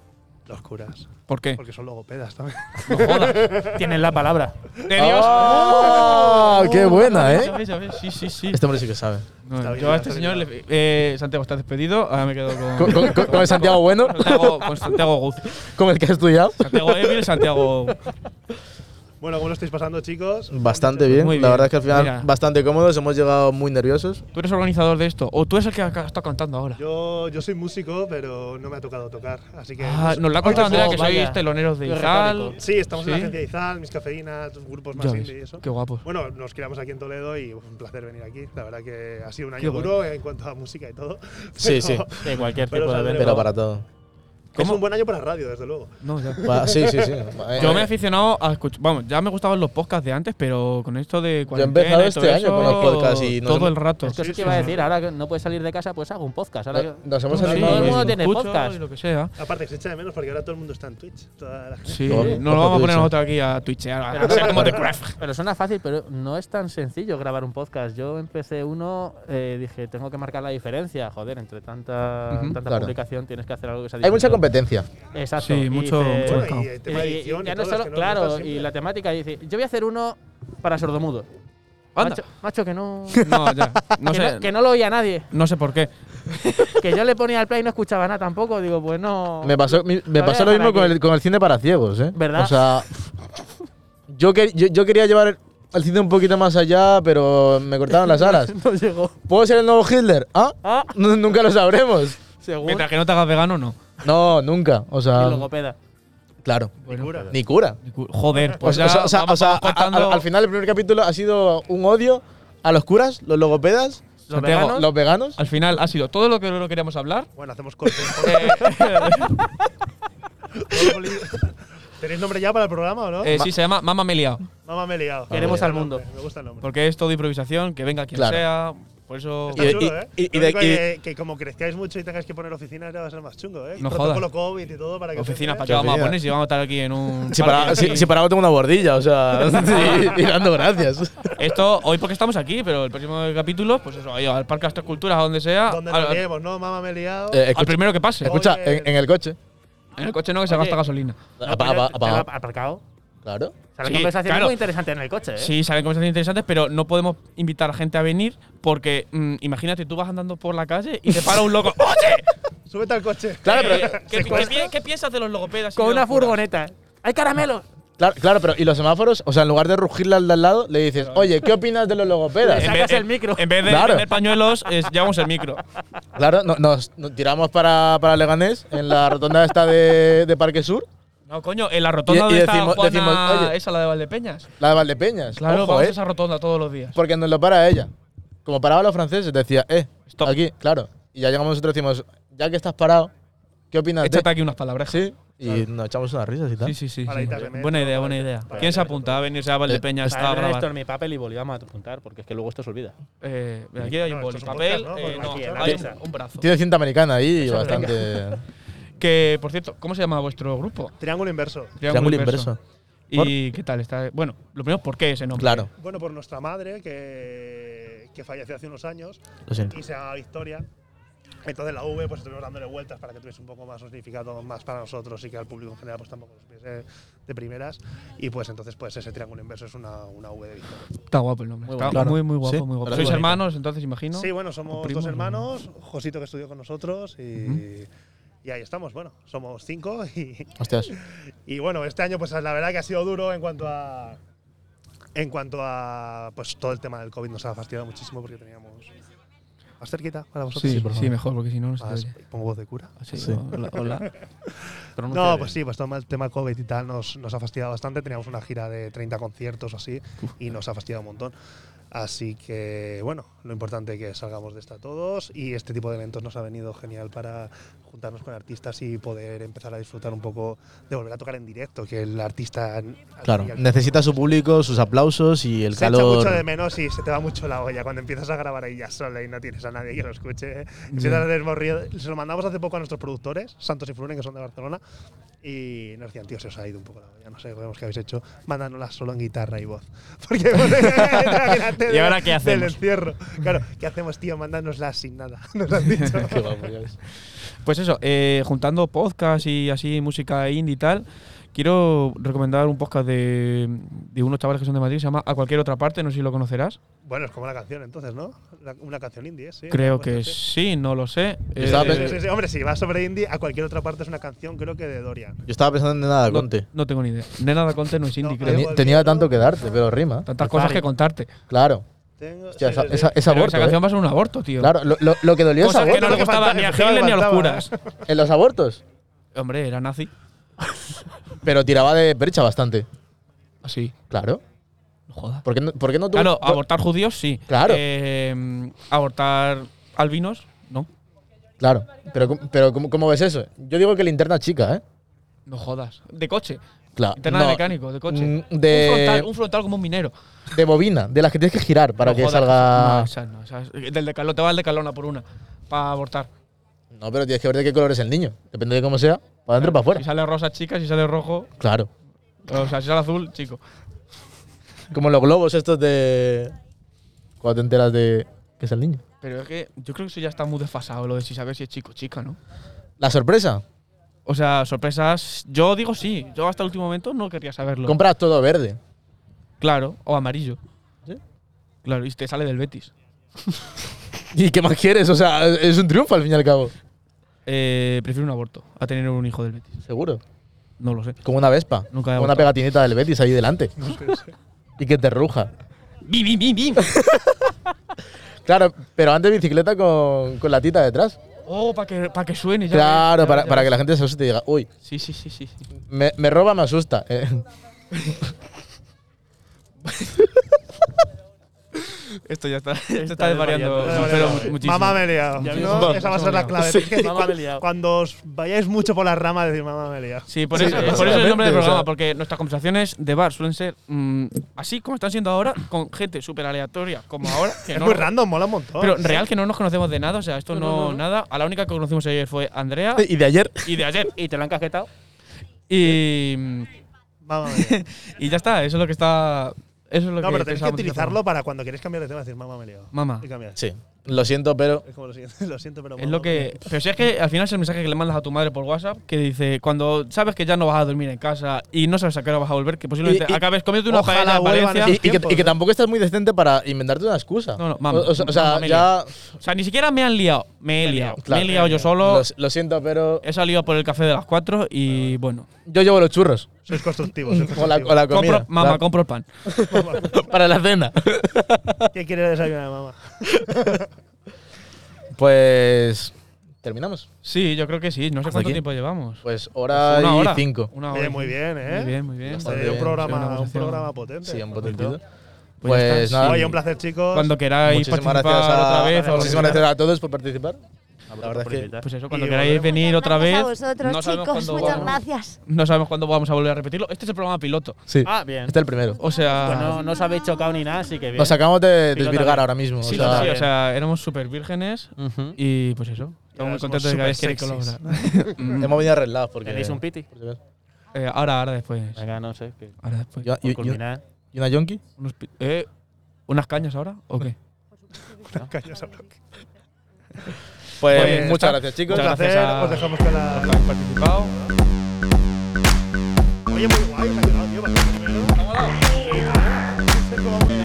Los curas. ¿Por qué? Porque son logopedas también. (laughs) Tienes la palabra. ¡De Dios! ¡Ah! Oh. ¡Qué buena, eh! ¿Sabes? ¿Sabes? Sí, sí, sí. Este hombre sí que sabe. No, Está bien, yo a está este señor, bien. le, eh, Santiago, estás despedido. Ahora me quedo Con, con. con- con- con el Santiago Bueno, (laughs) Santiago, con Santiago Guz. con el que ha estudiado. Santiago Evil, Santiago. bueno, ¿cómo lo estáis pasando, chicos? Bastante bien. Muy La bien. verdad es que al final Mira. bastante cómodos. Hemos llegado muy nerviosos. ¿Tú eres organizador de esto? ¿O tú eres el que ha- está cantando ahora? Yo, yo soy músico, pero no me ha tocado tocar. Así que. Ah, nos lo ha contado Oh, Andrea que vaya. sois teloneros de Qué Izal. retórico. Sí, estamos en la ¿Sí? agencia de Izal, mis cafeínas, grupos más Ya indie y ves, eso. qué guapos. Bueno, nos quedamos aquí en Toledo y un placer venir aquí. La verdad que ha sido un Qué año bueno. duro en cuanto a música y todo. Sí, sí. De cualquier tipo Pero de saldremos. evento. Pero (laughs) para todo. Es un buen año para radio, desde luego. No, (laughs) ya. Va- Sí, sí, sí. Yo Eh, me he aficionado a escuchar. Vamos, ya me gustaban los podcasts de antes, pero con esto de he cuarentena. empezado y todo este año con los eso, podcasts y no Todo se- el rato. Es que eso Sí, te sí, iba a sí. decir, ahora que no puedes salir de casa, pues hago un podcast. Eh, Ahora que- Nos hemos Sí, todo animado. el mundo lo tiene escucho podcast. Y lo que sea. Aparte, se echa de menos porque ahora todo el mundo está en Twitch. Toda la gente. Sí, Ojo, no lo vamos Twitch, a poner eh. nosotros aquí a twitchear. a sea como de craft. Pero suena fácil, pero no es tan sencillo grabar un podcast. Yo empecé uno, eh, dije, tengo que marcar la diferencia, joder, entre tanta, Ujú, tanta claro. publicación tienes que hacer algo que sea Hay mucha competencia. distinto. Exacto. Sí, y mucho- dices- mucho Bueno, y el tema de y- y edición y ya no todo, es solo, que no- no claro, está siempre. y la temática dice, yo voy a hacer uno para sordomudos. Anda. Macho, macho, que no... No, ya. No que, sé. no, que no lo oía nadie. No sé por qué. Que yo le ponía al play y no escuchaba nada tampoco. Digo, pues no. Me pasó, mi- me Lo pasó voy lo a mismo dejar con aquí. el, con el cine para ciegos, ¿eh? ¿Verdad? O sea, yo, que- yo, yo quería llevar el cine un poquito más allá, pero me cortaron las alas. No llegó. ¿Puedo ser el nuevo Hitler? ¿Ah? Ah, N- (laughs) nunca lo sabremos. seguro. Mientras que no te hagas vegano, no. No, nunca. O Y sea, logopeda. Claro. Ni cura. Ni cura. Joder, pues O- o ya. sea- o sea, vamos- o sea, vamos a- a- cortando. al final el primer capítulo ha sido un odio a los curas, los logopedas, Santiago, veganos? los veganos. al final ha sido todo lo que no queríamos (laughs) hablar. Eh, Bueno, hacemos corte. (laughs) (laughs) ¿Tenéis nombre ya para el programa o no? Eh, sí, se llama Mamá me he liado. Mamá me he liado. Queremos Me gusta al el mundo. nombre, Me gusta el nombre. Porque es todo improvisación, que venga quien Claro. sea. Por eso. Está Y- chulo, y- ¿eh? y- y Lo de- único y- que, que como crezcáis mucho y tengáis que poner oficinas ya va a ser más chungo, ¿eh? No Protocolo jodas. COVID y todo para que… Oficinas, ¿para funcione. qué vamos a Oficina. poner si vamos a estar aquí en un. Si parque para, aquí? si, si paraba tengo una bordilla, o sea, (laughs) (laughs) y, y dando gracias. Esto hoy porque estamos aquí, pero el próximo capítulo, pues eso, ahí, al Parque Astros Culturas, a donde sea. Donde al, nos liemos, ¿no? Mamá me he liado. Eh, al escucha, primero que pase. escucha, Oye. en, en el coche. En el coche no, que se Oye. gasta gasolina. Apa- apa- apa- Tema aparcado. Claro. O sea, la Sí, conversación claro. es muy interesante en el coche, ¿eh? Sí, salen cosas interesantes, pero no podemos invitar a gente a venir porque mm, imagínate, tú vas andando por la calle y te para un loco. (laughs) ¡Oye! Súbete al coche. Claro, pero- Eh, ¿Qué, qué- qué- qué piensas de los logopedas? y Con de una los curas? furgoneta. ¡Hay caramelos! Claro, claro, pero y los semáforos, o sea, en lugar de rugirle al de al lado, le dices, oye, ¿qué opinas de los logopedas? Le sacas el micro. En vez de Claro. vender pañuelos, eh, llevamos el micro. Claro, no- nos, nos tiramos para, para Leganés, en la rotonda esta de, de Parque Sur, (laughs) No, coño, en la rotonda Y- y de esta decimos- Juana, decimos, oye. esa la de Valdepeñas. la de Valdepeñas. Claro, Ojo, vamos eh, a esa rotonda todos los días. Porque nos lo para ella. Como paraba los franceses, decía, eh, Stop. aquí, claro. Y ya llegamos nosotros y decimos, ya que estás parado, ¿qué opinas de Échate aquí unas palabras. Sí, y nos echamos unas risas y tal. Sí, sí, sí. Para sí. ir también, Buena ¿no? idea, buena Para idea. ir- para ¿Quién ir se también. apunta a venirse a Valdepeña Eh, hasta a Para esto grabar? en mi papel y bolígrafo a apuntar, porque es que luego esto se olvida. Eh, mira, aquí hay un No, boli, esto es un papel, podcast, ¿no? eh, no, Aquí, la hay mesa. un, un brazo. Tiene cinta americana ahí, (laughs) bastante. Que, por cierto, ¿cómo se llama vuestro grupo? Triángulo inverso. Triángulo inverso. ¿Y qué tal está? Bueno, lo primero, ¿por qué ese nombre? Claro, Bueno, por nuestra madre, que, que falleció hace unos años lo siento. y se llamaba Victoria. Entonces la V pues estuvimos dándole vueltas para que tuviese un poco más un significado más para nosotros y que al público en general pues tampoco nos piese de primeras. Y pues entonces pues ese triángulo inverso es una, una V de Victoria. Está guapo el nombre. Muy está guapo. muy, muy guapo, Sí, muy guapo. pero Sois bonito. hermanos, entonces, imagino. Sí, bueno, somos primos, dos ¿no? hermanos, Josito que estudió con nosotros y, y ahí estamos. Bueno, somos cinco (laughs) y, Hostias. y bueno, este año pues la verdad que ha sido duro en cuanto a en cuanto a pues todo el tema del COVID nos ha fastidiado muchísimo porque teníamos más cerquita para vosotros. sí, por sí, favor. mejor, porque Ah, si no, no se te Más- oye. pongo voz de cura. Sí, Hola, hola. No, pues sí, pues todo el tema COVID y tal nos, nos ha fastidiado bastante. Teníamos una gira de 30 conciertos o así y nos ha fastidiado un montón. Así que, bueno, lo importante es que salgamos de esta todos y este tipo de eventos nos ha venido genial para juntarnos con artistas y poder empezar a disfrutar un poco de volver a tocar en directo, que el artista… al Claro, fin y al necesita su público, sus aplausos y el se echa mucho de calor. menos y se te va mucho la olla cuando empiezas a grabar ahí ya sola y no tienes a nadie que lo escuche. Empiezas a desmorrir. Se lo mandamos hace poco a nuestros productores, Santos y Furunen, que son de Barcelona, y nos decían, tío, se os ha ido un poco la olla, no sé vemos qué habéis hecho, mándanosla solo en guitarra y voz. (laughs) Porque imagínate ¿Y ahora qué del- hacemos? Del encierro. Claro, ¿qué hacemos, tío? Mándanosla sin nada, (laughs) nos han dicho. Qué guapo, ya ves. Pues eso, eh, juntando podcast y así música indie y tal, quiero recomendar un podcast de, de unos chavales que son de Madrid, se llama A cualquier otra parte, no sé si lo conocerás. bueno, es como la canción entonces, ¿no? La- una canción indie, ¿eh? sí. Creo Pues, que sí. sí, no lo sé. Yo estaba Eh, Sí, sí, sí. Hombre, si vas sobre indie, a cualquier otra parte es una canción, creo que de Dorian. Yo estaba pensando en nada, no, Conte. no tengo ni idea. Nena da Conte no es indie, No, creo. Teni- tenía tanto que darte, pero rima. Tantas cosas que contarte. Claro. Tengo, Hostia, sí, esa, sí, sí. esa, es Pero aborto. esa ¿eh? canción va a ser un aborto, tío. Claro, lo, lo- lo que dolió es Cosas Pues que no aborto. le lo que gustaban ni a faltaba, Hitler ni a los faltaba. curas. En los abortos. Hombre, era nazi. Pero tiraba de percha bastante. Así. Claro. No jodas. ¿Por qué no, por qué Ah, no tuvo- Claro, por- abortar judíos, sí. Claro. Eh, abortar albinos, no. Claro. Pero, cómo- pero ¿cómo, cómo ves eso? Yo digo que linterna chica, ¿eh? No jodas. De coche. Claro. Interna no, de mecánico, de coche. mm, Un, frontal, De, un frontal como un minero. de bobina, de las que tienes que girar para No que jodas. salga. No, esas no, esas- Del decalón, te va el decalón a por una. Para abortar. No, pero tienes que ver de qué color es el niño. Depende de cómo sea. Para adentro o para Si afuera. sale rosa, chica, si sale rojo. Claro. O sea, si sale azul, chico. (laughs) Como los globos estos de. Cuando te enteras de que es el niño. Pero es que yo creo que eso ya está muy desfasado, lo de si saber si es chico o chica, ¿no? La sorpresa. O sea, sorpresas. Yo digo sí. Yo hasta el último momento no quería saberlo. Compras todo verde. claro, o amarillo. ¿Sí? Claro, y te sale del Betis. ¿Y qué más quieres? O sea, es un triunfo al fin y al cabo. Eh, prefiero un aborto a tener un hijo del Betis. Seguro. No lo sé. Como una Vespa. Nunca Como he una votado. pegatinita del Betis ahí (laughs) delante. y que te ruja. (laughs) ¡Bim, bim, bim, bim! Claro, pero antes bicicleta con, con la tita detrás. Oh, para que, pa' que suene. ya Claro, ves, ya para, ves, ya para ves. que la gente se asuste y diga, uy, Sí, sí, sí, sí. sí. me, me roba, me asusta. eh. (laughs) Esto ya está, esto está Está desvariando desvariando. Marcelo, mu- muchísimo. Mamá me he liado. Ya ¿no? ves. Esa va a ser la clave. Sí. Es que Mamá me he cua- liado. Cuando os vayáis mucho por las ramas, decir mamá me he liado. Sí, por Sí, eso, por eso es el nombre básicamente, del o sea. programa, porque nuestras conversaciones de bar suelen ser mm, así como están siendo ahora, con gente súper aleatoria como ahora. (laughs) que Es no- muy random, mola un montón. Pero real que no nos conocemos de nada, o sea, esto no, nada. A la única que conocimos ayer fue Andrea y de ayer. y de ayer. Y te lo han cajetado. Y, Mamá me he (laughs) liado. y ya está, eso es lo que está. Eso es lo No, que pero tenéis que pensábamos esta utilizarlo semana. para cuando queréis cambiar de tema, decir mamá me he liado. Mamá. Y cambiar. Sí, lo siento, pero Es como lo siguiente. (laughs) Lo siento, pero. Es mamá lo me he liado. que. Pero si es que al final es el mensaje que le mandas a tu madre por WhatsApp que dice: cuando sabes que ya no vas a dormir en casa y no sabes a qué hora vas a volver, que posiblemente Y- y- acabes comiendo una ojalá paella en vuelvan Valencia. a- Y, y que, tiempos, y que ¿eh? tampoco estás muy decente para inventarte una excusa. No, no, mam- O, o sea- o sea, mamá, me he ya. O sea, ni siquiera me han liado. Me he liado. Claro. me he liado yo solo. Lo, s- lo siento, pero. He salido por el café de las 4 y bueno. Yo llevo los churros. Sois (laughs) constructivos. sois O la, o constructivos. la comida. Compro, mamá, Claro. compro el pan. Para la cena. ¿Qué quiere desayunar, mamá? Pues. Terminamos. Sí, yo creo que sí. No sé ¿Hasta cuánto aquí? tiempo llevamos. Pues hora Una y hora. cinco. Una hora. Oye, muy bien, ¿eh? Muy bien, muy bien. está. Bastante Oye, un bien, sí, una programa, un conversación. programa potente. Sí, un potentito. Pues ya Pues está. nada. Oye, un placer, chicos. Cuando queráis Muchísimas participar gracias a, otra vez. o lo que muchísimas sea. gracias a todos por participar. La verdad es que- Pues eso, cuando Y queráis volvemos. venir otra vez. A vosotros, no sabemos chicos, cuándo muchas vamos- gracias. No sabemos cuándo vamos a volver a repetirlo. Este es el programa piloto. Sí. Ah, bien. Este es el primero. O sea. Pues no, no os habéis chocado ni nada, así que bien. Nos acabamos de Sí, yo desvirgar también. ahora mismo. sí, o sea, sí, o sea, éramos súper vírgenes. ujú. Y pues eso. Estamos muy somos contentos de que hayáis querido supersexys. colaborar. Hemos venido arreglados porque. ¿Tenéis un piti? por si acaso. Eh, ahora, ahora después. Venga, no sé. Que, Ahora después. Y- y- por y- culminar. ¿Y una yonki? Unos pi- eh, ¿Unas cañas ahora o qué? Callos a bloque. Pues, Pues ya muchas está. gracias, chicos. Un Muchas placer, gracias a- os dejamos con la. Habéis participado. Oye, muy guay, me ha quedado, tío, bastante.